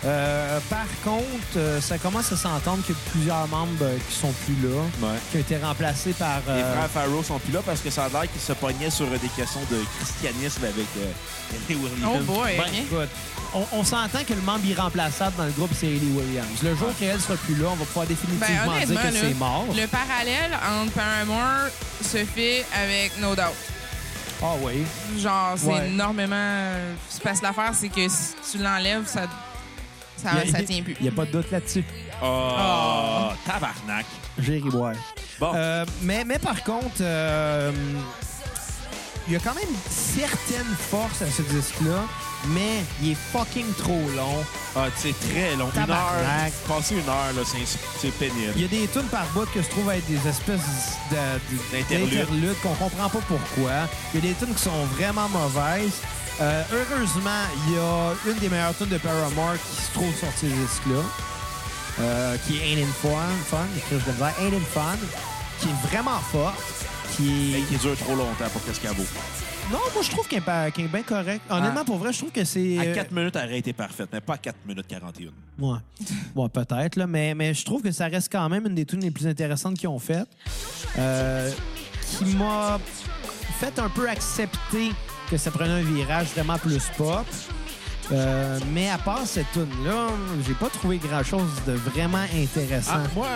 Speaker 1: Euh, par contre, euh, ça commence à s'entendre qu'il y a plusieurs membres euh, qui sont plus là,
Speaker 2: Ouais.
Speaker 1: qui ont été remplacés par...
Speaker 2: Les
Speaker 1: euh,
Speaker 2: frères Farrow sont plus là parce que ça a l'air qu'ils se pognaient sur euh, des questions de christianisme avec euh, Henry Worthington.
Speaker 3: Oh boy,
Speaker 1: Ben,
Speaker 3: ok.
Speaker 1: écoute, on, on s'entend que le membre irremplaçable dans le groupe, c'est Hayley Williams. Le jour qu'elle sera plus là, on va pouvoir
Speaker 3: Ah. Ben,
Speaker 1: définitivement dire
Speaker 3: honnêtement,
Speaker 1: que
Speaker 3: là,
Speaker 1: c'est mort.
Speaker 3: le parallèle entre Paramore se fait avec No Doubt.
Speaker 1: Ah oui.
Speaker 3: Genre, c'est
Speaker 1: Ouais.
Speaker 3: énormément... Se passe l'affaire, c'est que si tu l'enlèves, ça, ça,
Speaker 1: Il y a-
Speaker 3: ça tient plus.
Speaker 1: Il n'y a pas de doute là-dessus.
Speaker 2: Oh, tabarnak.
Speaker 1: J'ai ri, ouais.
Speaker 3: Ah.
Speaker 2: Bon,
Speaker 1: Euh, mais, mais par contre, euh, il y a quand même certaines forces à ce disque-là, mais il est fucking trop long.
Speaker 2: ah, c'est très long. Une heure.
Speaker 1: tabarnak.
Speaker 2: Passer une heure, là, c'est- c'est pénible.
Speaker 1: Il y a des tunes par bout que je trouve être des espèces de- de-
Speaker 2: D'interludes.
Speaker 1: d'interludes qu'on comprend pas pourquoi. Il y a des tunes qui sont vraiment mauvaises. Euh, heureusement, il y a une des meilleures tunes de Paramore qui se trouve sur ces disques-là, euh, qui est Ain't In Fun, fun que je viens de dire, Ain't In Fun, qui est vraiment forte, qui est...
Speaker 2: Et qui dure trop longtemps pour qu'est-ce qu'elle vaut.
Speaker 1: Non, moi, je trouve qu'elle est, pas- qu'elle est bien correcte. Honnêtement,
Speaker 2: Ah.
Speaker 1: pour vrai, je trouve que c'est...
Speaker 2: À
Speaker 1: euh,
Speaker 2: 4 minutes, elle aurait été parfaite, mais pas à 4 minutes 41.
Speaker 1: Ouais,
Speaker 2: [LAUGHS]
Speaker 1: Ouais, peut-être, là, mais, mais je trouve que ça reste quand même une des tunes les plus intéressantes qu'ils ont faites. Euh, qui m'a fait un peu accepter que ça prenait un virage vraiment plus pop. Euh, mais à part cette tune-là, j'ai pas trouvé grand-chose de vraiment intéressant.
Speaker 2: Ah, moi,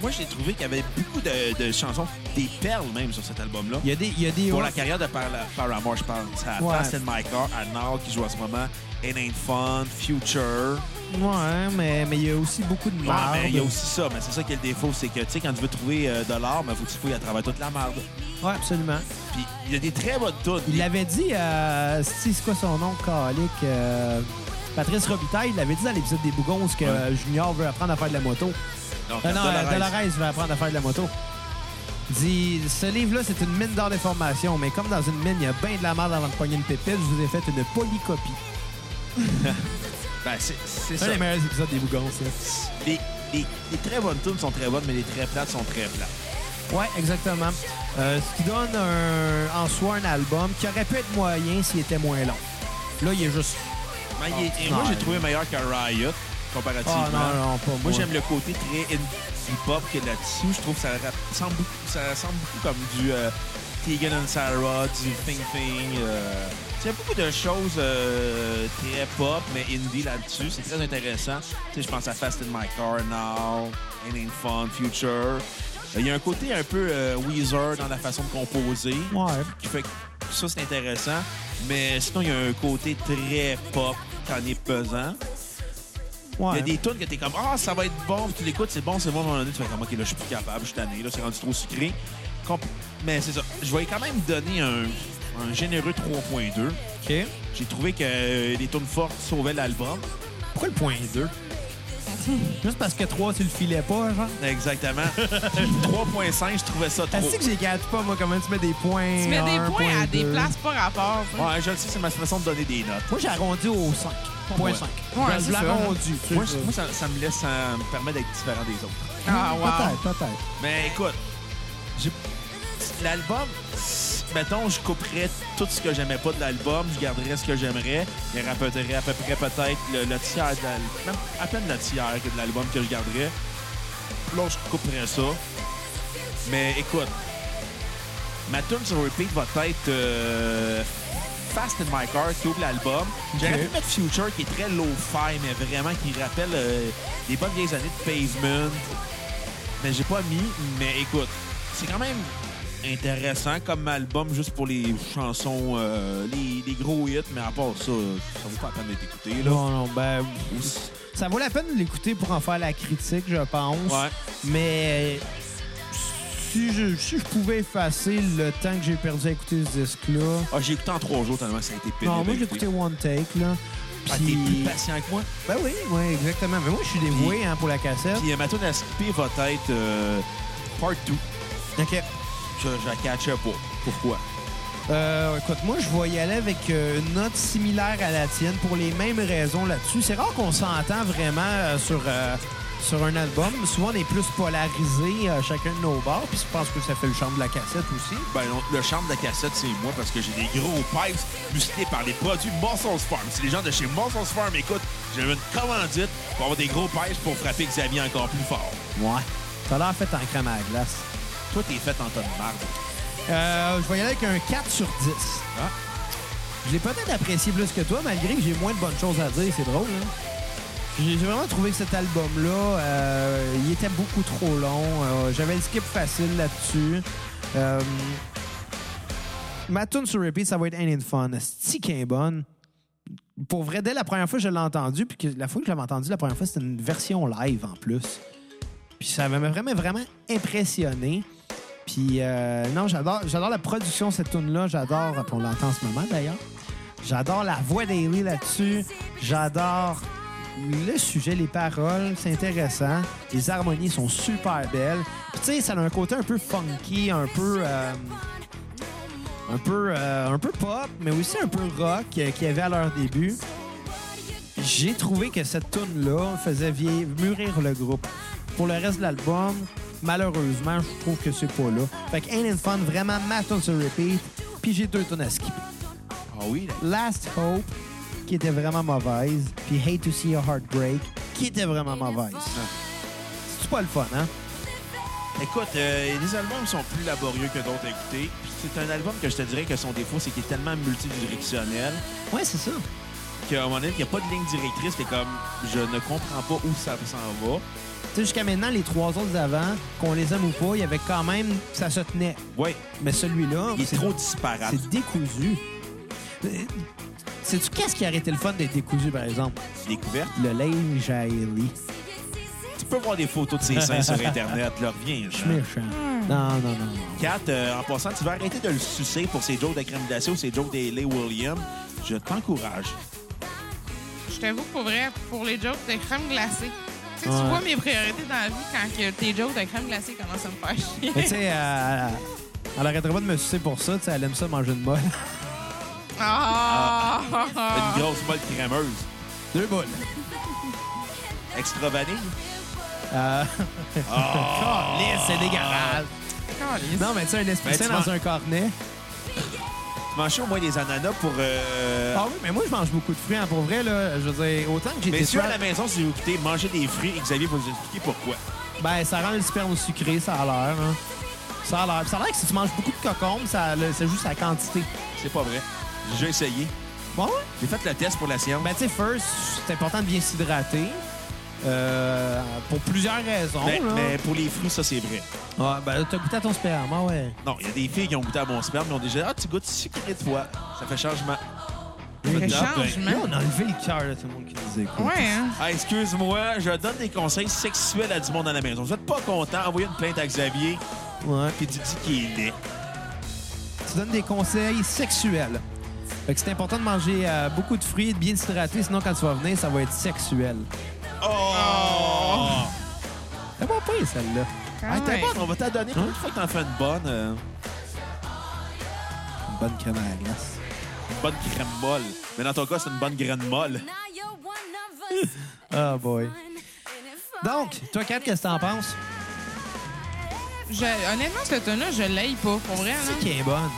Speaker 2: moi j'ai trouvé qu'il y avait beaucoup de, de chansons, des perles même sur cet album-là.
Speaker 1: Il y a des... il Y a des
Speaker 2: Pour
Speaker 1: ouais,
Speaker 2: la carrière de Par- Paramore, je parle. Ça
Speaker 1: Ouais.
Speaker 2: passe de My Car, Anal qui joue à ce moment, It Ain't Fun, Future.
Speaker 1: ouais, mais mais il y a aussi beaucoup de
Speaker 2: Ouais,
Speaker 1: marde.
Speaker 2: mais il y a aussi ça, mais c'est ça qui est le défaut, c'est que tu sais, quand tu veux trouver euh, de l'art, il faut que tu fouilles à travers toute la merde.
Speaker 1: Ouais, absolument.
Speaker 2: Puis il y a des très bonnes tunes.
Speaker 1: Il l'avait dit, euh, c'est c'est quoi son nom, Calic? euh, Patrice Robitaille, il l'avait dit dans l'épisode des Bougons, où ce que euh,
Speaker 2: Ouais.
Speaker 1: Junior veut apprendre à faire de la moto.
Speaker 2: Non,
Speaker 1: Non, non, euh,
Speaker 2: Dolores.
Speaker 1: Dolores veut apprendre à faire de la moto. Dit, ce livre-là, c'est une mine d'or d'informations, mais comme dans une mine, il y a bien de la merde avant de pogner une pépite, je vous ai fait une polycopie.
Speaker 2: Ben, c'est
Speaker 1: C'est
Speaker 2: c'est ça.
Speaker 1: un des meilleurs épisodes des Bougons, ça.
Speaker 2: Les, les- les très bonnes tunes sont très bonnes, mais les très plates sont très plates.
Speaker 1: Ouais, exactement. Euh, ce qui donne un- en soi un album qui aurait pu être moyen s'il était moins long. Là, il est juste.
Speaker 2: Ben, il est-
Speaker 1: Ah,
Speaker 2: et moi, j'ai
Speaker 1: non.
Speaker 2: trouvé meilleur que Riot, comparativement.
Speaker 1: Ah non, non, pas
Speaker 2: Moi,
Speaker 1: moi.
Speaker 2: j'aime le côté très hip-hop que là-dessus. Je trouve que ça ressemble beaucoup, ça ressemble beaucoup comme du euh, Tegan and Sarah, du Thing Thing. euh. Il y a beaucoup de choses euh, très pop, mais indie là-dessus. C'est très intéressant. Tu sais, je pense à Fast in My Car Now, And In Fun, Future. Euh, Il y a un côté un peu euh, Weezer dans la façon de composer
Speaker 1: Ouais.
Speaker 2: qui fait que ça, c'est intéressant. Mais sinon, il y a un côté très pop, t'en es pesant. Il y a des tunes que t'es comme Ah, ça va être bon, Puis tu l'écoutes, c'est bon, c'est bon, à un moment donné, tu fais comme Ok, là, je suis plus capable, je suis tanné, là, c'est rendu trop sucré. Com- Mais c'est ça. Je vais quand même donner un, un généreux 3.2.
Speaker 1: OK.
Speaker 2: J'ai trouvé que euh, les tunes fortes sauvaient l'album.
Speaker 1: Pourquoi le point 2? Juste parce que 3, tu le filais pas, genre. [LAUGHS]
Speaker 2: Exactement. 3.5, je trouvais ça trop.
Speaker 1: Est-ce que j'ai gâté pas, moi, comment tu mets des points?
Speaker 3: Tu mets
Speaker 1: un,
Speaker 3: des points à des
Speaker 1: deux.
Speaker 3: places par rapport. tu sais.
Speaker 2: Ouais, je le sais, c'est ma façon de donner des notes.
Speaker 1: Moi, j'ai arrondi au 5. Point 5.
Speaker 3: Ouais,
Speaker 1: je
Speaker 3: c'est
Speaker 1: l'ai
Speaker 3: ça.
Speaker 1: arrondi. tu sais,
Speaker 2: Moi,
Speaker 1: ça.
Speaker 2: je- moi, ça, ça me laisse, ça me permet d'être différent des autres.
Speaker 3: Ah, wow.
Speaker 4: Peut-être, peut-être.
Speaker 2: Mais Ben, écoute, j'ai- l'album, s- mettons, je couperais tout ce que j'aimais pas de l'album, je garderais ce que j'aimerais, je répéterais à peu près peut-être le, le tiers de l'album, même à peine le tiers que de l'album que je garderais. L'autre, je couperais ça. Mais écoute, ma tune sur repeat va être euh, Fast in My Car qui ouvre l'album. J'aurais
Speaker 1: Ok.
Speaker 2: pu mettre Future qui est très low-fi, mais vraiment qui rappelle euh, les bonnes vieilles années de Pavement. Mais j'ai pas mis, mais écoute, c'est quand même intéressant comme album juste pour les chansons, euh, les, les gros hits, mais à part ça, ça vaut pas la peine d'être écouté. Là.
Speaker 1: Non, non, ben,
Speaker 2: Ou-
Speaker 1: ça vaut la peine de l'écouter pour en faire la critique, je pense.
Speaker 2: Ouais.
Speaker 1: Mais si je, si je pouvais effacer le temps que j'ai perdu à écouter ce disque-là.
Speaker 2: Ah, j'ai écouté en trois jours tellement ça a été pénible.
Speaker 1: Non, moi,
Speaker 2: à
Speaker 1: j'ai
Speaker 2: écouter.
Speaker 1: écouté One Take, là.
Speaker 2: Ah,
Speaker 1: Puis-
Speaker 2: t'es plus patient que moi.
Speaker 1: Ben oui, oui, exactement. Mais moi, je suis dévoué hein, pour la cassette.
Speaker 2: Puis euh, ma tune à skipper va être euh, Part 2.
Speaker 1: OK.
Speaker 2: Je, je la catchais pas. Pourquoi?
Speaker 1: Euh, écoute, moi, je vais y aller avec euh, une note similaire à la tienne pour les mêmes raisons là-dessus. C'est rare qu'on s'entend vraiment euh, sur, euh, sur un album. Souvent, on est plus polarisés euh, chacun de nos bords. Puis je pense que ça fait le charme de la cassette aussi.
Speaker 2: Ben, non, le charme de la cassette, c'est moi parce que j'ai des gros pipes musclés par les produits Morson's Farm. Si les gens de chez Morson's Farm écoutent, j'ai une commandite pour avoir des gros pipes pour frapper Xavier encore plus fort.
Speaker 1: Ouais. Ça a l'air fait en crème à la glace.
Speaker 2: Toi, t'es fait en tas de marde.
Speaker 1: Euh, je vais y aller avec un 4 sur 10.
Speaker 2: Ah.
Speaker 1: Je l'ai peut-être apprécié plus que toi, malgré que j'ai moins de bonnes choses à dire. C'est drôle, hein? J'ai j'ai vraiment trouvé que cet album-là, euh, il était beaucoup trop long. Euh, J'avais le skip facile là-dessus. Euh, ma tune sur repeat, ça va être Ain't It Fun. Stick est bonne. Pour vrai, dès la première fois que je l'ai entendu, puis que la fois que je l'avais entendu, la première fois, c'était une version live en plus. Puis ça m'a vraiment, vraiment impressionné. Puis euh, non, j'adore, j'adore la production de cette tune-là. J'adore, on l'entend en ce moment d'ailleurs. J'adore la voix d'Ailey là-dessus. J'adore le sujet, les paroles, c'est intéressant. Les harmonies sont super belles. Puis tu sais, ça a un côté un peu funky, un peu. euh, un peu, euh, un peu pop, mais aussi un peu rock euh, qu'il y avait à leur début. J'ai trouvé que cette tune là faisait vieillir, mûrir le groupe. Pour le reste de l'album, malheureusement, je trouve que c'est pas là. Fait que Ain't It Fun, vraiment ma tune sur repeat, puis j'ai deux tunes à skipper.
Speaker 2: Ah oui, là.
Speaker 1: Last Hope, qui était vraiment mauvaise, puis Hate to See Your Heart Break, qui était vraiment mauvaise. C'est pas le fun, hein?
Speaker 2: Écoute, euh, les albums sont plus laborieux que d'autres à écouter. Puis C'est un album que je te dirais que son défaut, c'est qu'il est tellement multidirectionnel
Speaker 1: Ouais, c'est ça.
Speaker 2: qu'à un moment donné, il n'y a pas de ligne directrice. C'est comme, je ne comprends pas où ça s'en va.
Speaker 1: Tu sais, jusqu'à maintenant, les trois autres d'avant, qu'on les aime ou pas, il y avait quand même... Ça se tenait.
Speaker 2: Ouais,
Speaker 1: Mais celui-là...
Speaker 2: il est
Speaker 1: c'est-
Speaker 2: trop disparate.
Speaker 1: C'est décousu. Euh, Sais-tu qu'est-ce qui a arrêté le fun d'être décousu, par exemple?
Speaker 2: Découverte.
Speaker 1: Le linge à Ellie.
Speaker 2: Tu peux voir des photos de ses seins sur Internet. Là, reviens.
Speaker 1: Je
Speaker 2: Jean.
Speaker 1: suis méchant.
Speaker 2: Hmm.
Speaker 1: Non, non, non, non.
Speaker 2: Kat, euh, en passant, tu vas arrêter de le sucer pour ses jokes de crème glacée ou ses jokes d'Ailey William. Je t'encourage.
Speaker 3: Je t'avoue que pour vrai, pour les jokes de crème glacée, tu sais,
Speaker 1: Ouais.
Speaker 3: tu vois mes priorités dans la vie quand que tes jokes de crème glacée commencent à me faire chier.
Speaker 1: Mais tu sais, euh, elle arrêterait pas de me sucer pour ça. Tu sais, elle aime ça manger une molle. [LAUGHS]
Speaker 3: Ah!
Speaker 2: Une grosse molle crémeuse.
Speaker 1: Deux boules.
Speaker 2: Extra vanille. [LAUGHS]
Speaker 1: Euh,
Speaker 2: Oh,
Speaker 1: c'est dégueulasse.
Speaker 3: Calisse.
Speaker 1: Non, mais tu sais, un esprit
Speaker 2: Ben, tu
Speaker 1: sain dans
Speaker 2: manges-
Speaker 1: un cornet.
Speaker 2: tu manges au moins des ananas pour... euh,
Speaker 1: Ah oui, mais moi, je mange beaucoup de fruits. hein, pour vrai, là, je veux dire, autant que j'ai des
Speaker 2: Messieurs à la
Speaker 1: trap,
Speaker 2: maison, si vous écoutez manger des fruits, Xavier va vous expliquer pourquoi.
Speaker 1: ben, ça rend le sperme sucré, ça a l'air. hein. Ça a l'air. Puis Ça a l'air que si tu manges beaucoup de cocombes, ça, le- c'est juste la quantité.
Speaker 2: C'est pas vrai. J'ai déjà essayé.
Speaker 1: Bon, ouais.
Speaker 2: J'ai fait le test pour la science.
Speaker 1: Ben, tu sais, first, c'est important de bien s'hydrater. euh, pour plusieurs raisons.
Speaker 2: Mais,
Speaker 1: là.
Speaker 2: mais pour les fruits, ça, c'est vrai.
Speaker 1: Ah, ben, t'as goûté à ton sperme, ah ouais.
Speaker 2: Non, il y a des filles qui ont goûté à mon sperme et ont déjà dit Ah, tu goûtes sucré de fois. Ça fait changement.
Speaker 3: Le
Speaker 2: Top, ben.
Speaker 1: Là,
Speaker 3: changement.
Speaker 1: on a enlevé le cœur, là, tout le monde qui nous écoute.
Speaker 3: Ouais, hein?
Speaker 2: Ah, excuse-moi, je donne des conseils sexuels à du monde à la maison. Vous êtes pas content, envoyez une plainte à Xavier
Speaker 1: Ouais.
Speaker 2: puis dites qu'il est laid.
Speaker 1: Tu donnes des conseils sexuels. Fait que c'est important de manger euh, beaucoup de fruits, de bien s'hydrater, sinon quand tu vas venir, ça va être sexuel.
Speaker 2: Oh!
Speaker 1: C'est pas pire, celle-là.
Speaker 2: Ah, t'es
Speaker 3: Ouais.
Speaker 2: bonne, on va t'en donner.
Speaker 1: Hein?
Speaker 2: Une fois Hein? que t'en fais une bonne, euh,
Speaker 1: Une bonne crème à la glace.
Speaker 2: une bonne crème molle. Mais dans ton cas, c'est une bonne graine molle.
Speaker 1: Ah boy. Donc, toi, Kat, qu'est-ce que t'en penses?
Speaker 3: Je- honnêtement, cette tonne-là, je l'aille pas, pour vrai. là.
Speaker 1: C'est qui est bonne.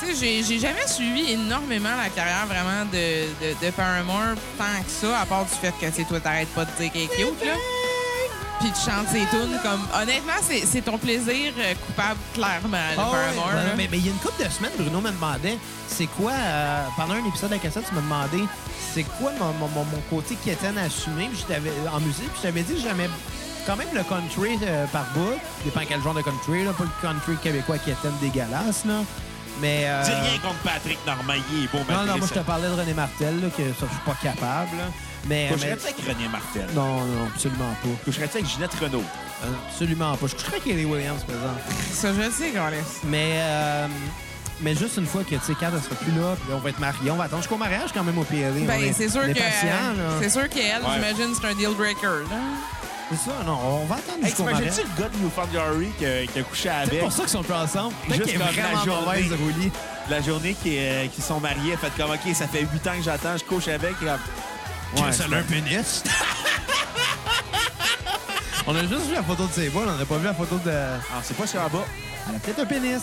Speaker 3: Tu sais, j'ai- j'ai jamais suivi énormément la carrière vraiment de, de, de Paramore tant que ça, à part du fait que, tu sais, toi, t'arrêtes pas de dire qu'elle est cute, là. Puis tu chantes ses tunes comme... Honnêtement, c'est c'est ton plaisir euh, coupable, clairement, le
Speaker 1: Ah ouais,
Speaker 3: Paramore.
Speaker 1: ben,
Speaker 3: là.
Speaker 1: mais mais il y a une couple de semaines, Bruno me demandait c'est quoi, euh, pendant un épisode de la cassette, tu m'as demandé c'est quoi mon, mon- mon- mon côté quétaine assumé puis je t'avais- euh, en musique. Puis je t'avais dit que j'aimais quand même le country euh, par bout. Dépend quel genre de country, là, pas le country québécois quétaine dégueulasse. Là. Mais. euh,
Speaker 2: Dis rien contre Patrick Normand, il est beau,
Speaker 1: non, non,
Speaker 2: malgré
Speaker 1: moi je
Speaker 2: ça.
Speaker 1: te parlais de René Martel, là, que ça, je suis pas capable. là. Mais, mais-
Speaker 2: Coucherais-tu avec René Martel?
Speaker 1: Non, non, absolument pas.
Speaker 2: Coucherais-tu avec Ginette Renault?
Speaker 1: Absolument pas. Je coucherais avec Kelly Williams, par exemple.
Speaker 3: Ça, je le sais, Carlis.
Speaker 1: Mais, euh, mais juste une fois que, tu sais, Kat, elle sera plus là, puis on va être mariés. On va attendre jusqu'au mariage quand même au PLA. On
Speaker 3: Ben,
Speaker 1: est-
Speaker 3: c'est sûr
Speaker 1: on est
Speaker 3: que...
Speaker 1: patient, là.
Speaker 3: C'est sûr qu'elle,
Speaker 2: Ouais.
Speaker 3: j'imagine, c'est un deal breaker, là.
Speaker 1: C'est ça, non, on va attendre
Speaker 2: Hey,
Speaker 1: jusqu'au mariage.
Speaker 2: t'imagines-tu le gars de Newfoundland qui a, qui a couché
Speaker 1: C'est
Speaker 2: avec
Speaker 1: pour ça qu'ils sont plus ensemble. Peut-être
Speaker 2: Juste
Speaker 1: qu'elle est
Speaker 2: comme la
Speaker 1: vraiment
Speaker 2: journée.
Speaker 1: mauvaise, Roulis.
Speaker 2: la journée qui, euh, qu'ils sont mariés? Fait comme, OK, ça fait 8 ans que j'attends, je couche avec. et comme, Ouais,
Speaker 1: Qu'est-ce qu'elle a un pénis. [LAUGHS] on a juste vu la photo de ses voiles, on n'a pas vu la photo de... Elle
Speaker 2: Ah, c'est pas sur en bas.
Speaker 1: a peut-être un pénis.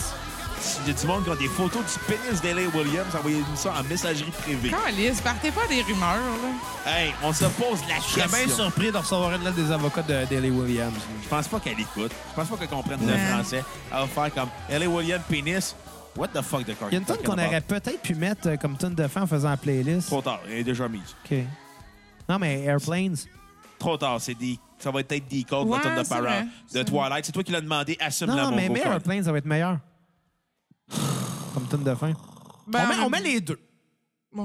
Speaker 2: Il y a du monde qui a des photos du pénis d'L.A. Williams. Envoyez-nous ça en messagerie privée.
Speaker 3: Carlis, partez pas des rumeurs, là.
Speaker 2: Hey, on se pose la
Speaker 1: Je serais bien
Speaker 2: question.
Speaker 1: surpris de recevoir une lettre des avocats de Daley Williams.
Speaker 2: Je pense pas qu'elle écoute. Je pense pas qu'elle comprenne le
Speaker 3: Ouais.
Speaker 2: français. Elle va faire comme L.A. Williams, pénis. What the fuck, de
Speaker 1: Il y a une tonne qu'on aurait peut-être pu mettre euh, comme tonne de fin en faisant la playlist.
Speaker 2: Trop tard. Elle est déjà mise.
Speaker 1: OK. Non, mais Airplanes...
Speaker 2: Trop tard. C'est des... Ça va être des codes
Speaker 3: Ouais,
Speaker 2: de tonne de
Speaker 3: c'est
Speaker 2: parole.
Speaker 3: vrai.
Speaker 2: De
Speaker 3: C'est
Speaker 2: Twilight. C'est toi qui l'as demandé. Assume la
Speaker 1: Non,
Speaker 2: mon
Speaker 1: mais
Speaker 2: beau
Speaker 1: mais
Speaker 2: corps.
Speaker 1: Airplane, ça va être meilleur. Comme tune de fin.
Speaker 3: Ben,
Speaker 1: on, met, on met les deux.
Speaker 3: Ouais.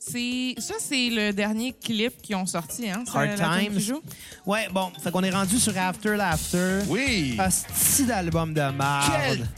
Speaker 3: C'est ça, c'est le dernier clip qu'ils ont sorti, hein. c'est
Speaker 1: Hard
Speaker 3: la tune
Speaker 1: Times.
Speaker 3: qui joue.
Speaker 1: Ouais, bon, fait qu'on est rendu sur After Laughter.
Speaker 2: Oui.
Speaker 1: Hostie d'album de merde.
Speaker 2: Quel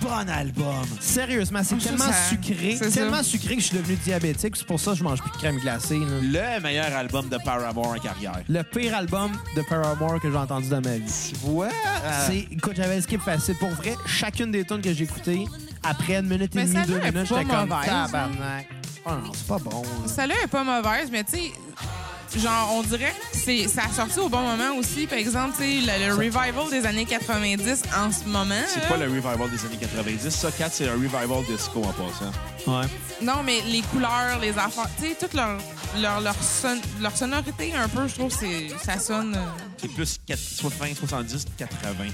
Speaker 2: bon album.
Speaker 1: Sérieusement, c'est
Speaker 3: Ah, ça,
Speaker 1: tellement
Speaker 3: ça-
Speaker 1: sucré,
Speaker 3: c'est
Speaker 1: tellement
Speaker 3: ça.
Speaker 1: sucré que je suis devenu diabétique. C'est pour ça que je mange plus de crème glacée. là.
Speaker 2: Le meilleur album de Paramore en carrière.
Speaker 1: Le pire album de Paramore que j'ai entendu dans ma vie.
Speaker 2: Tu vois? euh,
Speaker 1: C'est, écoute, j'avais le skip facile. Pour vrai, chacune des tunes que j'ai écoutées, après une minute et
Speaker 3: Mais
Speaker 1: demie, deux
Speaker 3: celle-là est
Speaker 1: minutes,
Speaker 3: pas
Speaker 1: j'étais comme
Speaker 3: mauvaise, hein.
Speaker 1: tabarnak. Oh non, c'est pas bon. là.
Speaker 3: Celle-là est pas mauvaise, mais tu sais, genre, on dirait que c'est, ça a sorti au bon moment aussi. Par exemple, tu sais, le, le revival des années 90 en ce moment.
Speaker 2: C'est
Speaker 3: là.
Speaker 2: pas le revival des années 90. Ça, 4, c'est un revival disco en passant.
Speaker 1: Ouais.
Speaker 3: Non, mais les couleurs, les affaires, tu sais, toute leur, leur, leur, son- leur sonorité, un peu, je trouve, c'est, ça sonne. euh,
Speaker 2: C'est plus 4, 60, 70, 80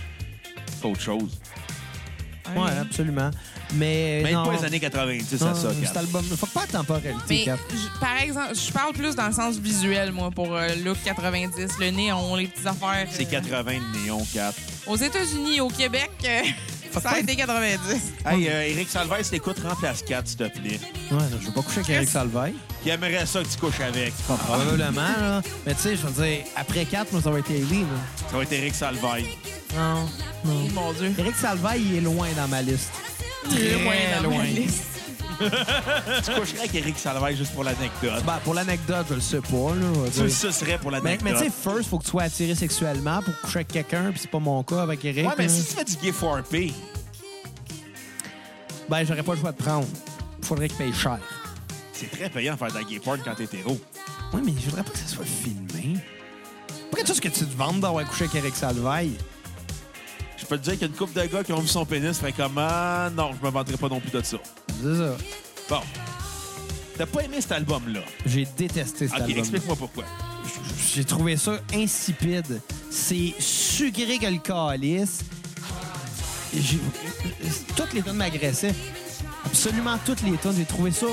Speaker 2: qu'autre chose.
Speaker 1: Ouais,
Speaker 3: hein.
Speaker 1: absolument. Mais. euh,
Speaker 2: Même
Speaker 1: non.
Speaker 2: pas les années 90,
Speaker 1: Non,
Speaker 2: ça, ça,
Speaker 1: cet
Speaker 2: 4.
Speaker 1: album, faut pas attendre pas en réalité.
Speaker 3: Mais
Speaker 1: Cap.
Speaker 3: je- par exemple, je parle plus dans le sens visuel, moi, pour euh, look 90, le néon, les petites affaires.
Speaker 2: C'est
Speaker 3: euh,
Speaker 2: 80 de néon 4.
Speaker 3: Aux États-Unis, au Québec, euh, ça a été 90.
Speaker 2: Hey, euh, Eric Salvaire, écoute, remplace 4, s'il te plaît.
Speaker 1: Ouais, je veux pas coucher avec Eric Salveille.
Speaker 2: Il aimerait ça que tu couches avec.
Speaker 1: Pas probablement, là. Mais tu sais, je veux dire, après 4, moi, ça va être Ellie, là.
Speaker 2: Ça va être Eric Salvaire.
Speaker 1: Non, non.
Speaker 3: Mon Dieu.
Speaker 1: Eric Salveille, il est loin dans ma liste.
Speaker 3: Très loin dans ma liste.
Speaker 2: tu coucherais avec Eric Salvaire juste pour l'anecdote.
Speaker 1: Bah, pour l'anecdote, je le sais pas, là. on va
Speaker 2: Tu
Speaker 1: dire.
Speaker 2: le serait pour
Speaker 1: Mais,
Speaker 2: l'anecdote.
Speaker 1: mais tu sais, first, faut que tu sois attiré sexuellement pour coucher avec quelqu'un, puis c'est pas mon cas avec Eric.
Speaker 2: ouais, mais
Speaker 1: là.
Speaker 2: si tu fais du gay 4P,
Speaker 1: Ben, j'aurais pas le choix de prendre. Faudrait qu'il paye cher.
Speaker 2: c'est très payant de faire de la gay porn quand t'es hétéro.
Speaker 1: Ouais, mais je voudrais pas que ça soit filmé. Pas quelque chose que tu te vantes d'avoir couché avec Eric Salveille.
Speaker 2: Je peux te dire qu'il y a une couple de gars qui ont vu son pénis, fait comment? Non, je me vanterai pas non plus de ça.
Speaker 1: C'est ça.
Speaker 2: Bon. T'as pas aimé cet album-là.
Speaker 1: J'ai détesté cet
Speaker 2: Ok,
Speaker 1: album.
Speaker 2: Ah, explique-moi pourquoi.
Speaker 1: J'ai trouvé ça insipide. C'est sucré que le calice. J'ai- Toutes les tonnes m'agressaient. Absolument toutes les tonnes. J'ai trouvé ça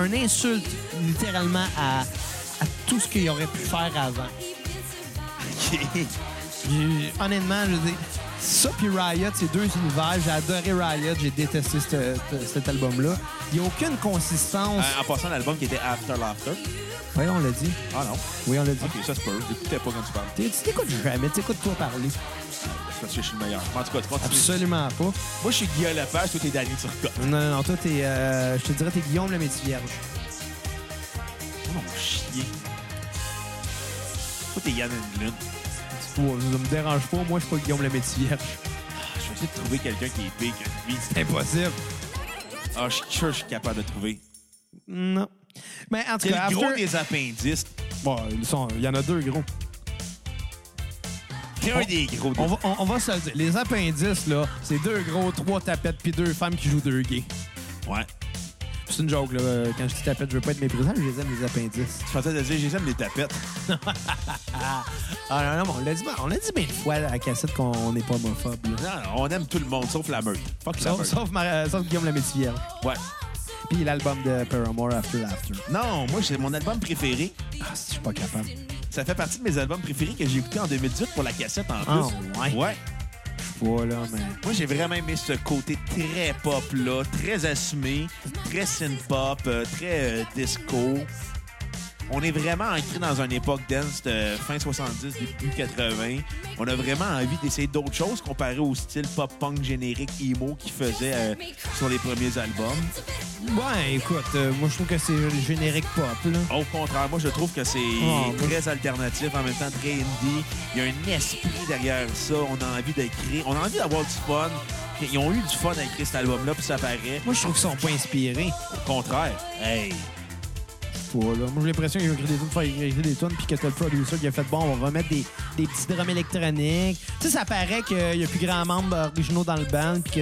Speaker 1: une insulte, littéralement, à, tout ce qu'il aurait pu faire avant.
Speaker 2: OK.
Speaker 1: J'ai- Honnêtement, je veux dire, ça puis Riot, c'est deux univers. J'ai adoré Riot, j'ai détesté ce- ce- cet album-là. Il n'y a aucune consistance.
Speaker 2: Euh, en passant, l'album qui était After Laughter.
Speaker 1: Oui, on l'a dit.
Speaker 2: Ah non.
Speaker 1: Oui, on l'a dit.
Speaker 2: OK, ça se peut. Je l'écoutais pas quand tu parles.
Speaker 1: T'é- Tu t'écoutes jamais, tu écoutes toi parler.
Speaker 2: C'est parce que je suis le meilleur. En tout cas, tu continues.
Speaker 1: Absolument pas.
Speaker 2: Moi, je suis Guillaume Lepage, toi, t'es Danny Turcotte.
Speaker 1: Non, non, non, toi, t'es, euh, je te dirais, t'es Guillaume le Métis Vierge.
Speaker 2: Oh, mon chien. Toi, t'es Yann Ah, Englund.
Speaker 1: Oh, ça me dérange pas, moi, je suis pas Guillaume le Métis Vierge.
Speaker 2: Ah, Je vais essayer de trouver quelqu'un qui est pire que lui.
Speaker 1: Impossible.
Speaker 2: Ah, je suis sûr que je suis capable de trouver.
Speaker 1: Non. Mais en tout
Speaker 2: C'est
Speaker 1: cas,
Speaker 2: le gros
Speaker 1: After-
Speaker 2: des appendices.
Speaker 1: Bon, ils sont- il y en a deux gros.
Speaker 2: T'es un des gros.
Speaker 1: On
Speaker 2: des-
Speaker 1: va, on, on va se le dire. Les appendices, là, c'est deux gros, trois tapettes, puis deux femmes qui jouent deux gays.
Speaker 2: Ouais.
Speaker 1: C'est une joke, là. euh, Quand je dis tapette, je veux pas être méprisant, mais je les aime, les appendices.
Speaker 2: Je pensais te dire, j'aime les tapettes.
Speaker 1: Ah non, non, on l'a dit, on l'a dit mille fois là, à la cassette qu'on n'est pas homophobe, là.
Speaker 2: Non, non, on aime tout le monde, sauf la meute. Fuck la
Speaker 1: Sauf,
Speaker 2: meute.
Speaker 1: sauf, Mar- euh, sauf Guillaume Lamétivière.
Speaker 2: Ouais.
Speaker 1: Puis l'album de Paramore, After Laughter.
Speaker 2: Non, moi, c'est mon album préféré.
Speaker 1: Ah, si je suis pas capable.
Speaker 2: Ça fait partie de mes albums préférés que j'ai écouté en 2018 pour la cassette en
Speaker 1: Ah,
Speaker 2: plus.
Speaker 1: ouais.
Speaker 2: ouais.
Speaker 1: Je suis pas, là, mais.
Speaker 2: Moi, j'ai vraiment aimé ce côté très pop-là, très assumé, très synth-pop, euh, très euh, disco. On est vraiment ancré dans une époque dance de fin 70, début 80. On a vraiment envie d'essayer d'autres choses comparé au style pop-punk générique emo qu'ils faisaient euh, sur les premiers albums.
Speaker 1: Ouais, écoute, euh, moi, je trouve que c'est générique pop, là.
Speaker 2: Au contraire, moi, je trouve que c'est
Speaker 1: Oh, moi,
Speaker 2: très alternatif, en même temps très indie. Il y a un esprit derrière ça. On a envie d'écrire. On a envie d'avoir du fun. Ils ont eu du fun à écrire cet album-là, puis ça paraît.
Speaker 1: Moi, je trouve qu'ils sont pas inspirés.
Speaker 2: Au contraire. Hey!
Speaker 1: Pas, là. Moi, j'ai l'impression qu'ils ont écrit des tunes, pour écrire des tunes, puis que t'as le producer qui a fait bon, on va remettre des, des petits drums électroniques. Tu sais, ça paraît qu'il n'y a plus grand membre originaux dans le band, puis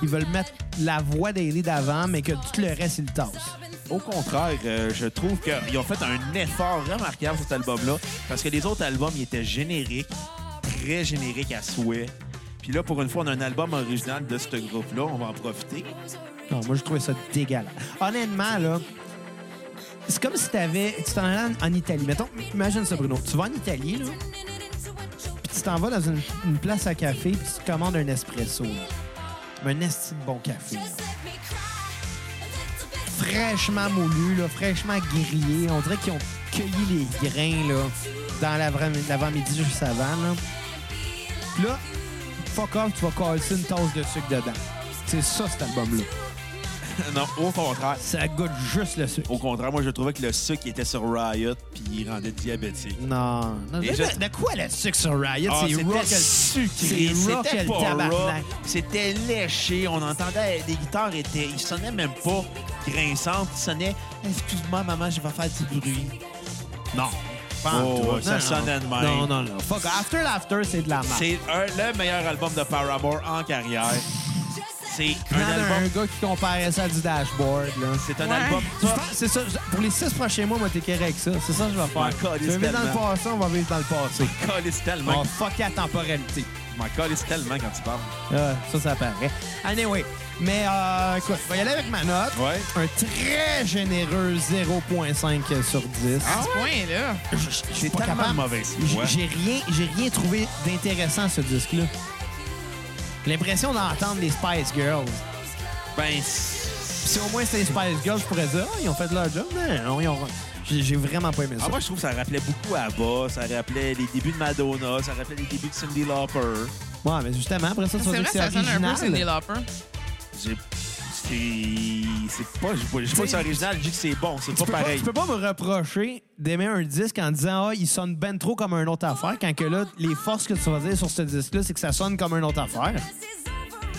Speaker 1: qu'ils veulent mettre la voix d'Ailey d'avant, mais que tout le reste, ils le tassent.
Speaker 2: Au contraire, euh, je trouve qu'ils ont fait un effort remarquable sur cet album-là, parce que les autres albums, ils étaient génériques, très génériques à souhait. Puis là, pour une fois, on a un album original de ce groupe-là. On va en profiter. [LAUGHS]
Speaker 1: Non, moi, je trouvais ça dégueulasse. Honnêtement, là, c'est comme si t'avais, tu t'en allais en, en Italie. Mettons, imagine ça, Bruno. Tu vas en Italie, là, puis tu t'en vas dans une, une place à café, puis tu te commandes un espresso. là. Un esti de bon café. là. fraîchement moulu, là, fraîchement grillé. On dirait qu'ils ont cueilli les grains là, dans l'avra- l'avant-midi juste avant. Là. Puis là, fuck off, tu vas casser une tasse de sucre dedans. C'est ça, cet album-là.
Speaker 2: non, au contraire.
Speaker 1: Ça goûte juste le sucre.
Speaker 2: Au contraire, moi, je trouvais que le sucre était sur Riot, puis il rendait diabétique.
Speaker 1: Non. non
Speaker 2: Et
Speaker 1: mais
Speaker 2: je-
Speaker 1: de, de quoi le sucre sur Riot?
Speaker 2: Ah,
Speaker 1: c'est rock
Speaker 2: C'était sucré,
Speaker 1: c'est rock
Speaker 2: c'était
Speaker 1: le
Speaker 2: pas raw,
Speaker 1: tabarnak.
Speaker 2: c'était léché. On entendait les guitares étaient, ils sonnaient même pas grinçantes, ils sonnaient. Excuse-moi, maman, je vais faire du bruit.
Speaker 1: Non.
Speaker 2: Oh,
Speaker 1: Pas en tout.
Speaker 2: ça
Speaker 1: Non,
Speaker 2: sonnait de
Speaker 1: non.
Speaker 2: même.
Speaker 1: Non, non, non. Fuck off. After l'after, c'est de la merde.
Speaker 2: C'est un- le meilleur album de Paramore en carrière. C'est
Speaker 1: Il
Speaker 2: un
Speaker 1: y en a
Speaker 2: album. Ah.
Speaker 1: un gars qui comparait ça à du dashboard. Là.
Speaker 2: C'est un
Speaker 3: Ouais.
Speaker 2: album
Speaker 1: Je
Speaker 2: top.
Speaker 1: pense- C'est ça. je- Pour les six prochains mois, moi, t'es correct avec ça. C'est ça que je vais
Speaker 2: Ouais,
Speaker 1: faire. Je
Speaker 2: caliste
Speaker 1: vais vivre dans le
Speaker 2: tellement.
Speaker 1: passé, on va vivre dans le passé.
Speaker 2: Calisse
Speaker 1: On
Speaker 2: tellement.
Speaker 1: va fuck la temporalité.
Speaker 2: M'en calisse tellement quand tu parles.
Speaker 1: Ah, ça, ça paraît. Anyway, mais euh, écoute, je vais y aller avec ma note.
Speaker 2: Ouais.
Speaker 1: Un très généreux 0.5 sur 10.
Speaker 2: Ah,
Speaker 3: À ce point-là,
Speaker 1: suis
Speaker 2: C'est
Speaker 1: pas
Speaker 2: tellement
Speaker 1: capable.
Speaker 2: de mauvaise
Speaker 1: J-
Speaker 2: foi.
Speaker 1: J'ai rien, j'ai rien trouvé d'intéressant à ce disque-là. J'ai L'impression d'entendre les Spice Girls.
Speaker 2: Ben, c'est-
Speaker 1: Si au moins c'était les Spice Girls, je pourrais dire, Ah, ils ont fait leur job. Non, non, ils ont... J'ai j'ai vraiment pas aimé ça.
Speaker 2: Ah, moi, je trouve que ça rappelait beaucoup Abba, ça rappelait les débuts de Madonna, ça rappelait les débuts de Cindy Lauper.
Speaker 1: Ouais, mais justement, après ça, tu
Speaker 3: c'est
Speaker 1: vas
Speaker 3: vrai
Speaker 1: dire
Speaker 3: que
Speaker 1: que c'est
Speaker 3: ça sonne un peu
Speaker 1: original.
Speaker 3: Cindy Lauper.
Speaker 2: J'ai- C'est c'est pas, j'ai pas, j'ai pas que c'est original, je dis que c'est bon, c'est
Speaker 1: Tu
Speaker 2: pas
Speaker 1: peux
Speaker 2: pareil.
Speaker 1: tu peux pas me reprocher d'aimer un disque en disant Ah, il sonne ben trop comme un autre affaire, quand que là, les forces que tu vas dire sur ce disque-là, c'est que ça sonne comme un autre affaire.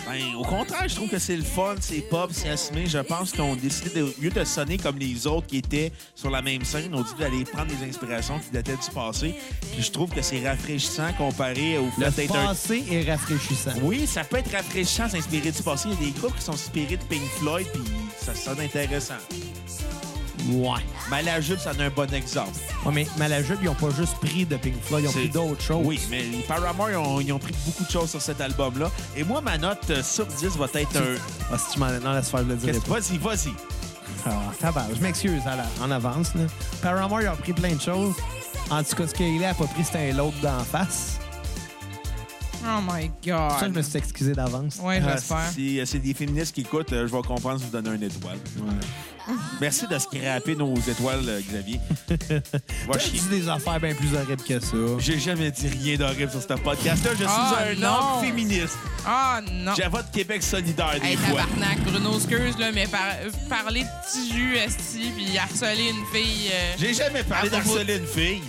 Speaker 2: Ben, au contraire, je trouve que c'est le fun, c'est pop, c'est assumé. Je pense qu'ils ont décidé, de, au lieu de sonner comme les autres qui étaient sur la même scène, ils ont dit d'aller prendre des inspirations qui dataient du passé. Puis je trouve que c'est rafraîchissant comparé au
Speaker 1: Le
Speaker 2: fait d'être un...
Speaker 1: passé est rafraîchissant.
Speaker 2: Oui, ça peut être rafraîchissant s'inspirer du passé. Il y a des groupes qui sont inspirés de Pink Floyd, puis ça sonne intéressant.
Speaker 1: Ouais.
Speaker 2: Mais la jupe, ça en est un bon exemple.
Speaker 1: Ouais, mais Malajub, ils ont pas juste pris de Pink Floyd, ils ont
Speaker 2: C'est-
Speaker 1: pris d'autres choses.
Speaker 2: Oui, mais les Paramore, ils ont, ils ont pris beaucoup de choses sur cet album-là. Et moi, ma note euh, sur 10 va être un...
Speaker 1: Ah, si tu m'en non, laisse faire, je le dirai
Speaker 2: Qu'est-ce-
Speaker 1: pas.
Speaker 2: Vas-y, vas-y.
Speaker 1: Ah, tabarnak. Je m'excuse à la- en avance. Là. Paramore, il a repris plein de choses. En tout cas, ce qu'il a pas pris, c'était l'autre d'en face.
Speaker 3: Oh my
Speaker 1: Pour ça, je
Speaker 3: God.
Speaker 1: me suis excusé d'avance.
Speaker 3: Ouais, j'espère.
Speaker 2: Si euh, c'est des féministes qui écoutent, euh, je vais comprendre si vous donnez une étoile. Merci de scraper nos étoiles, euh, Xavier. Va
Speaker 1: T'as
Speaker 2: chier.
Speaker 1: dit des affaires bien plus horribles que ça.
Speaker 2: J'ai jamais dit rien d'horrible sur ce podcast-là. Je suis
Speaker 3: Ah,
Speaker 2: un
Speaker 3: non.
Speaker 2: homme féministe.
Speaker 3: Ah non.
Speaker 2: J'ai votre Québec solidaire des
Speaker 3: Hey,
Speaker 2: fois.
Speaker 3: tabarnak, Bruno, excuse, là, mais par- euh, parler de petit jus, esti, puis harceler une fille... euh,
Speaker 2: J'ai jamais parlé
Speaker 3: À propos-
Speaker 2: d'harceler une fille.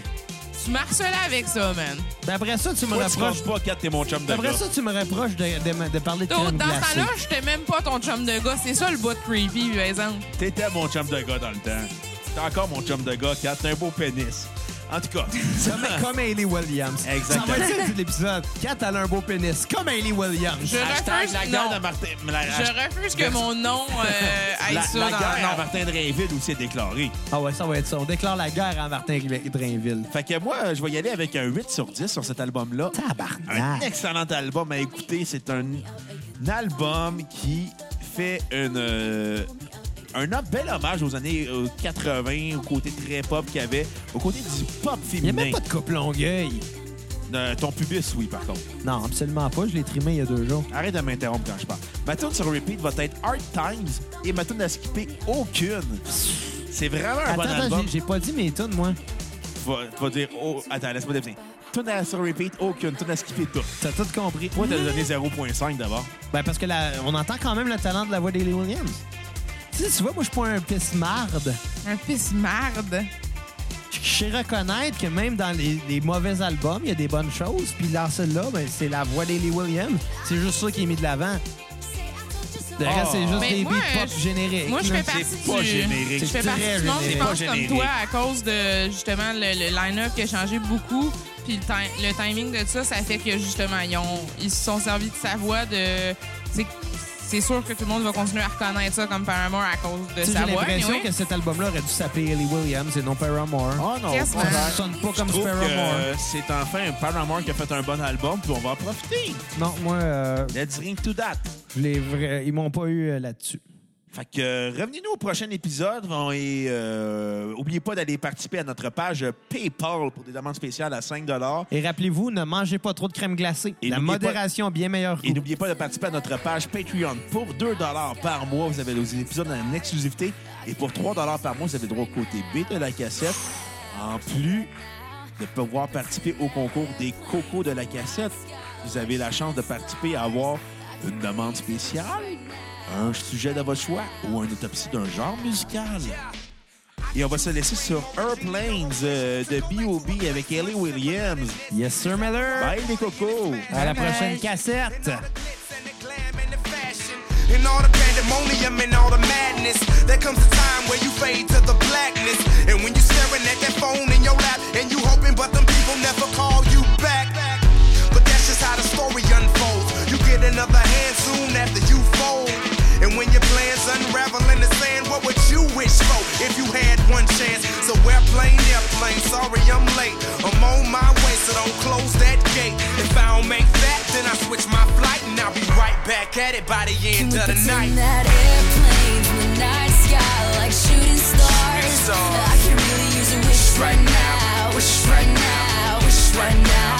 Speaker 3: Tu m'harcelais avec ça, man.
Speaker 1: D'après Ben, ça, tu me
Speaker 2: Moi, tu
Speaker 1: rapproches.
Speaker 2: manges pas quand t'es mon chum de
Speaker 1: D'après
Speaker 2: gars.
Speaker 1: ça, tu me rapproches de, de- de parler de
Speaker 3: D'autres,
Speaker 1: crème
Speaker 3: dans ce
Speaker 1: glacée.
Speaker 3: temps-là, j'étais même pas ton chum de gars. C'est ça le bout de creepy, par exemple.
Speaker 2: T'étais mon chum de gars dans le temps. T'es encore mon chum de gars, Kat. T'as un beau pénis. En tout cas,
Speaker 1: Comme- Comme Hayley Williams.
Speaker 2: Exactement.
Speaker 1: Ça va être ça, tout l'épisode. Kat, elle a un beau pénis. Comme Hayley Williams.
Speaker 3: Je
Speaker 2: hashtag
Speaker 3: refuse,
Speaker 2: la
Speaker 3: non.
Speaker 2: guerre de Martin... mais la-
Speaker 3: Je refuse que mon nom euh,
Speaker 2: [LAUGHS]
Speaker 3: aille
Speaker 2: Ah, la,
Speaker 3: ça
Speaker 2: la
Speaker 3: dans
Speaker 2: guerre à
Speaker 3: non.
Speaker 2: Martin Drainville où c'est déclaré.
Speaker 1: Ah ouais, ça va être ça. On déclare la guerre à Martin Ri- Drainville.
Speaker 2: Fait que moi, je vais y aller avec un 8 sur 10 sur cet album-là. Un
Speaker 1: Tabarnak.
Speaker 2: excellent album à écouter. C'est un, un album qui fait une, euh, un hom- bel hommage aux années euh, 80, au côté très pop qu'il y avait, au côté du pop
Speaker 1: Il n'y a
Speaker 2: féminin.
Speaker 1: même pas de coupe longueuil.
Speaker 2: Euh, ton pubis, oui, par contre.
Speaker 1: Non, absolument pas. Je l'ai trimé il y a deux jours.
Speaker 2: Arrête de m'interrompre quand je parle. Ma tune sur repeat va être Hard Times et ma tune à skipper aucune. C'est vraiment un
Speaker 1: Attends,
Speaker 2: bon
Speaker 1: attends,
Speaker 2: album.
Speaker 1: j'ai- j'ai pas dit mes tunes, moi.
Speaker 2: Tu vas, tu vas dire, oh, attends, laisse-moi deviner. Tune à sur repeat, aucune. Tune à skipper, tout.
Speaker 1: T'as tout compris.
Speaker 2: Pourquoi t'as donné 0.5 d'abord?
Speaker 1: Ben parce que la- on entend quand même le talent de la voix d'Hayley Williams. Tu sais, tu vois, moi, je suis pas un pisse-marde.
Speaker 3: Un fils marde.
Speaker 1: Je sais reconnaître que même dans les, les mauvais albums, il y a des bonnes choses. Puis dans celle-là, ben, c'est la voix d'Hayley Williams. C'est juste ça qui est mis de l'avant. Le reste,
Speaker 2: Oh.
Speaker 1: c'est juste
Speaker 3: Ben,
Speaker 1: des
Speaker 3: moi,
Speaker 1: beats pop
Speaker 3: je-
Speaker 1: génériques.
Speaker 3: Moi, je
Speaker 1: là.
Speaker 3: fais partie
Speaker 2: C'est pas
Speaker 3: du...
Speaker 2: générique.
Speaker 3: Je fais
Speaker 1: C'est
Speaker 3: partie
Speaker 1: très
Speaker 3: du monde qui
Speaker 1: générique.
Speaker 3: pense
Speaker 2: C'est pas
Speaker 3: comme
Speaker 2: générique.
Speaker 3: toi à cause de, justement, le, le line-up qui a changé beaucoup. Puis le, ti- le timing de ça, ça fait que, justement, ils, ont, ils se sont servis de sa voix de... c'est- C'est sûr que tout le monde va continuer à reconnaître ça comme Paramore à cause de
Speaker 1: Tu sais,
Speaker 3: sa
Speaker 1: J'ai
Speaker 3: voix.
Speaker 1: l'impression
Speaker 3: anyway.
Speaker 1: que cet album-là aurait dû s'appeler Hayley Williams et non Paramore.
Speaker 2: Oh non,
Speaker 3: Yes,
Speaker 2: au
Speaker 3: man.
Speaker 1: Ça
Speaker 2: contraire.
Speaker 1: sonne pas comme
Speaker 2: Je
Speaker 1: du
Speaker 2: trouve
Speaker 1: Paramore.
Speaker 2: que c'est enfin un Paramore qui a fait un bon album, puis on va en profiter.
Speaker 1: Non, moi, euh,
Speaker 2: Let's ring to that.
Speaker 1: je l'ai vra- ils m'ont pas eu euh, là-dessus.
Speaker 2: Fait que euh, revenez-nous au prochain épisode on- et euh, oubliez pas d'aller participer à notre page euh, PayPal pour des demandes spéciales à 5
Speaker 1: Et rappelez-vous, ne mangez pas trop de crème glacée.
Speaker 2: Et
Speaker 1: la
Speaker 2: n'oubliez pas-
Speaker 1: modération a bien meilleure
Speaker 2: Et
Speaker 1: goût.
Speaker 2: n'oubliez pas de participer à notre page Patreon. Pour 2 par mois, vous avez les épisodes en exclusivité. Et pour 3 par mois, vous avez le droit au côté B de la cassette. En plus de pouvoir participer au concours des cocos de la cassette, vous avez la chance de participer à avoir une demande spéciale, un sujet de votre choix ou une autopsie d'un genre musical. Et on va se laisser sur Airplanes euh, de B.O.B. avec Ellie Williams.
Speaker 1: Yes, sir, Miller!
Speaker 2: Bye les cocos!
Speaker 1: À la
Speaker 3: Bye.
Speaker 1: prochaine cassette!
Speaker 4: all the glitz and the glam and the fashion. And all the pandemonium and all the madness. There comes a time where you fade to the blackness. And when you're staring at that phone in your lap, and you hoping, but them people never call you back. But that's just how the story unfolds. You get another hand soon after you fold. And when your plans unravel in the sand, what would you wish for if you had one chance? So airplane, airplane, sorry I'm late. I'm on my way, so don't close that gate. If I don't make that, then I switch my flight and I'll be right back at it by the end
Speaker 5: Can we
Speaker 4: of the night.
Speaker 5: pretend that airplanes in the night sky like shooting stars?
Speaker 4: Shooting stars.
Speaker 5: I could really use a wish right now, wish right now, wish right now.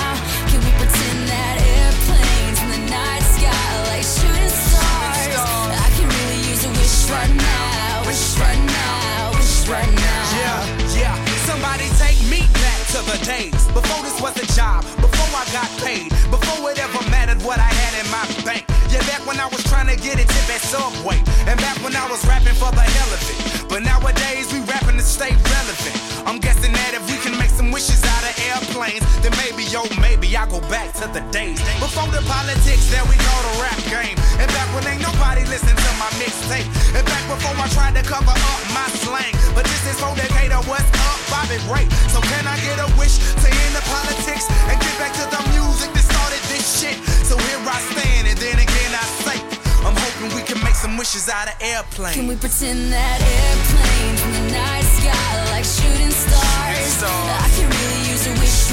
Speaker 5: Can we pretend that airplanes in the night sky like shooting stars?
Speaker 4: stars.
Speaker 5: I could really use a wish right now, wish right now, wish right now.
Speaker 4: Yeah, yeah. Somebody take me back to the days before this was a job, before I got paid, before it ever mattered what I had in my bank. Yeah, back when I was trying to get a tip at Subway, and back when I was rapping for the hell of it. But nowadays we rapping to stay relevant. I'm guessing that if we can make some wishes out of airplanes, then maybe yo, maybe I'll go back to the days before the politics. There we go, the rap game, and back when ain't nobody listened to my mixtape, and back before I tried to cover up my slang. But this is for Decatur, what's up, Bobby Ray? So can I get a wish to end the politics and get back to the music that started this shit? So here I stand, and then again I say, I'm hoping we can make some wishes out of airplanes.
Speaker 5: Can we pretend that airplanes in the night sky like shooting stars?
Speaker 4: Shooting stars.
Speaker 5: I could really use a wish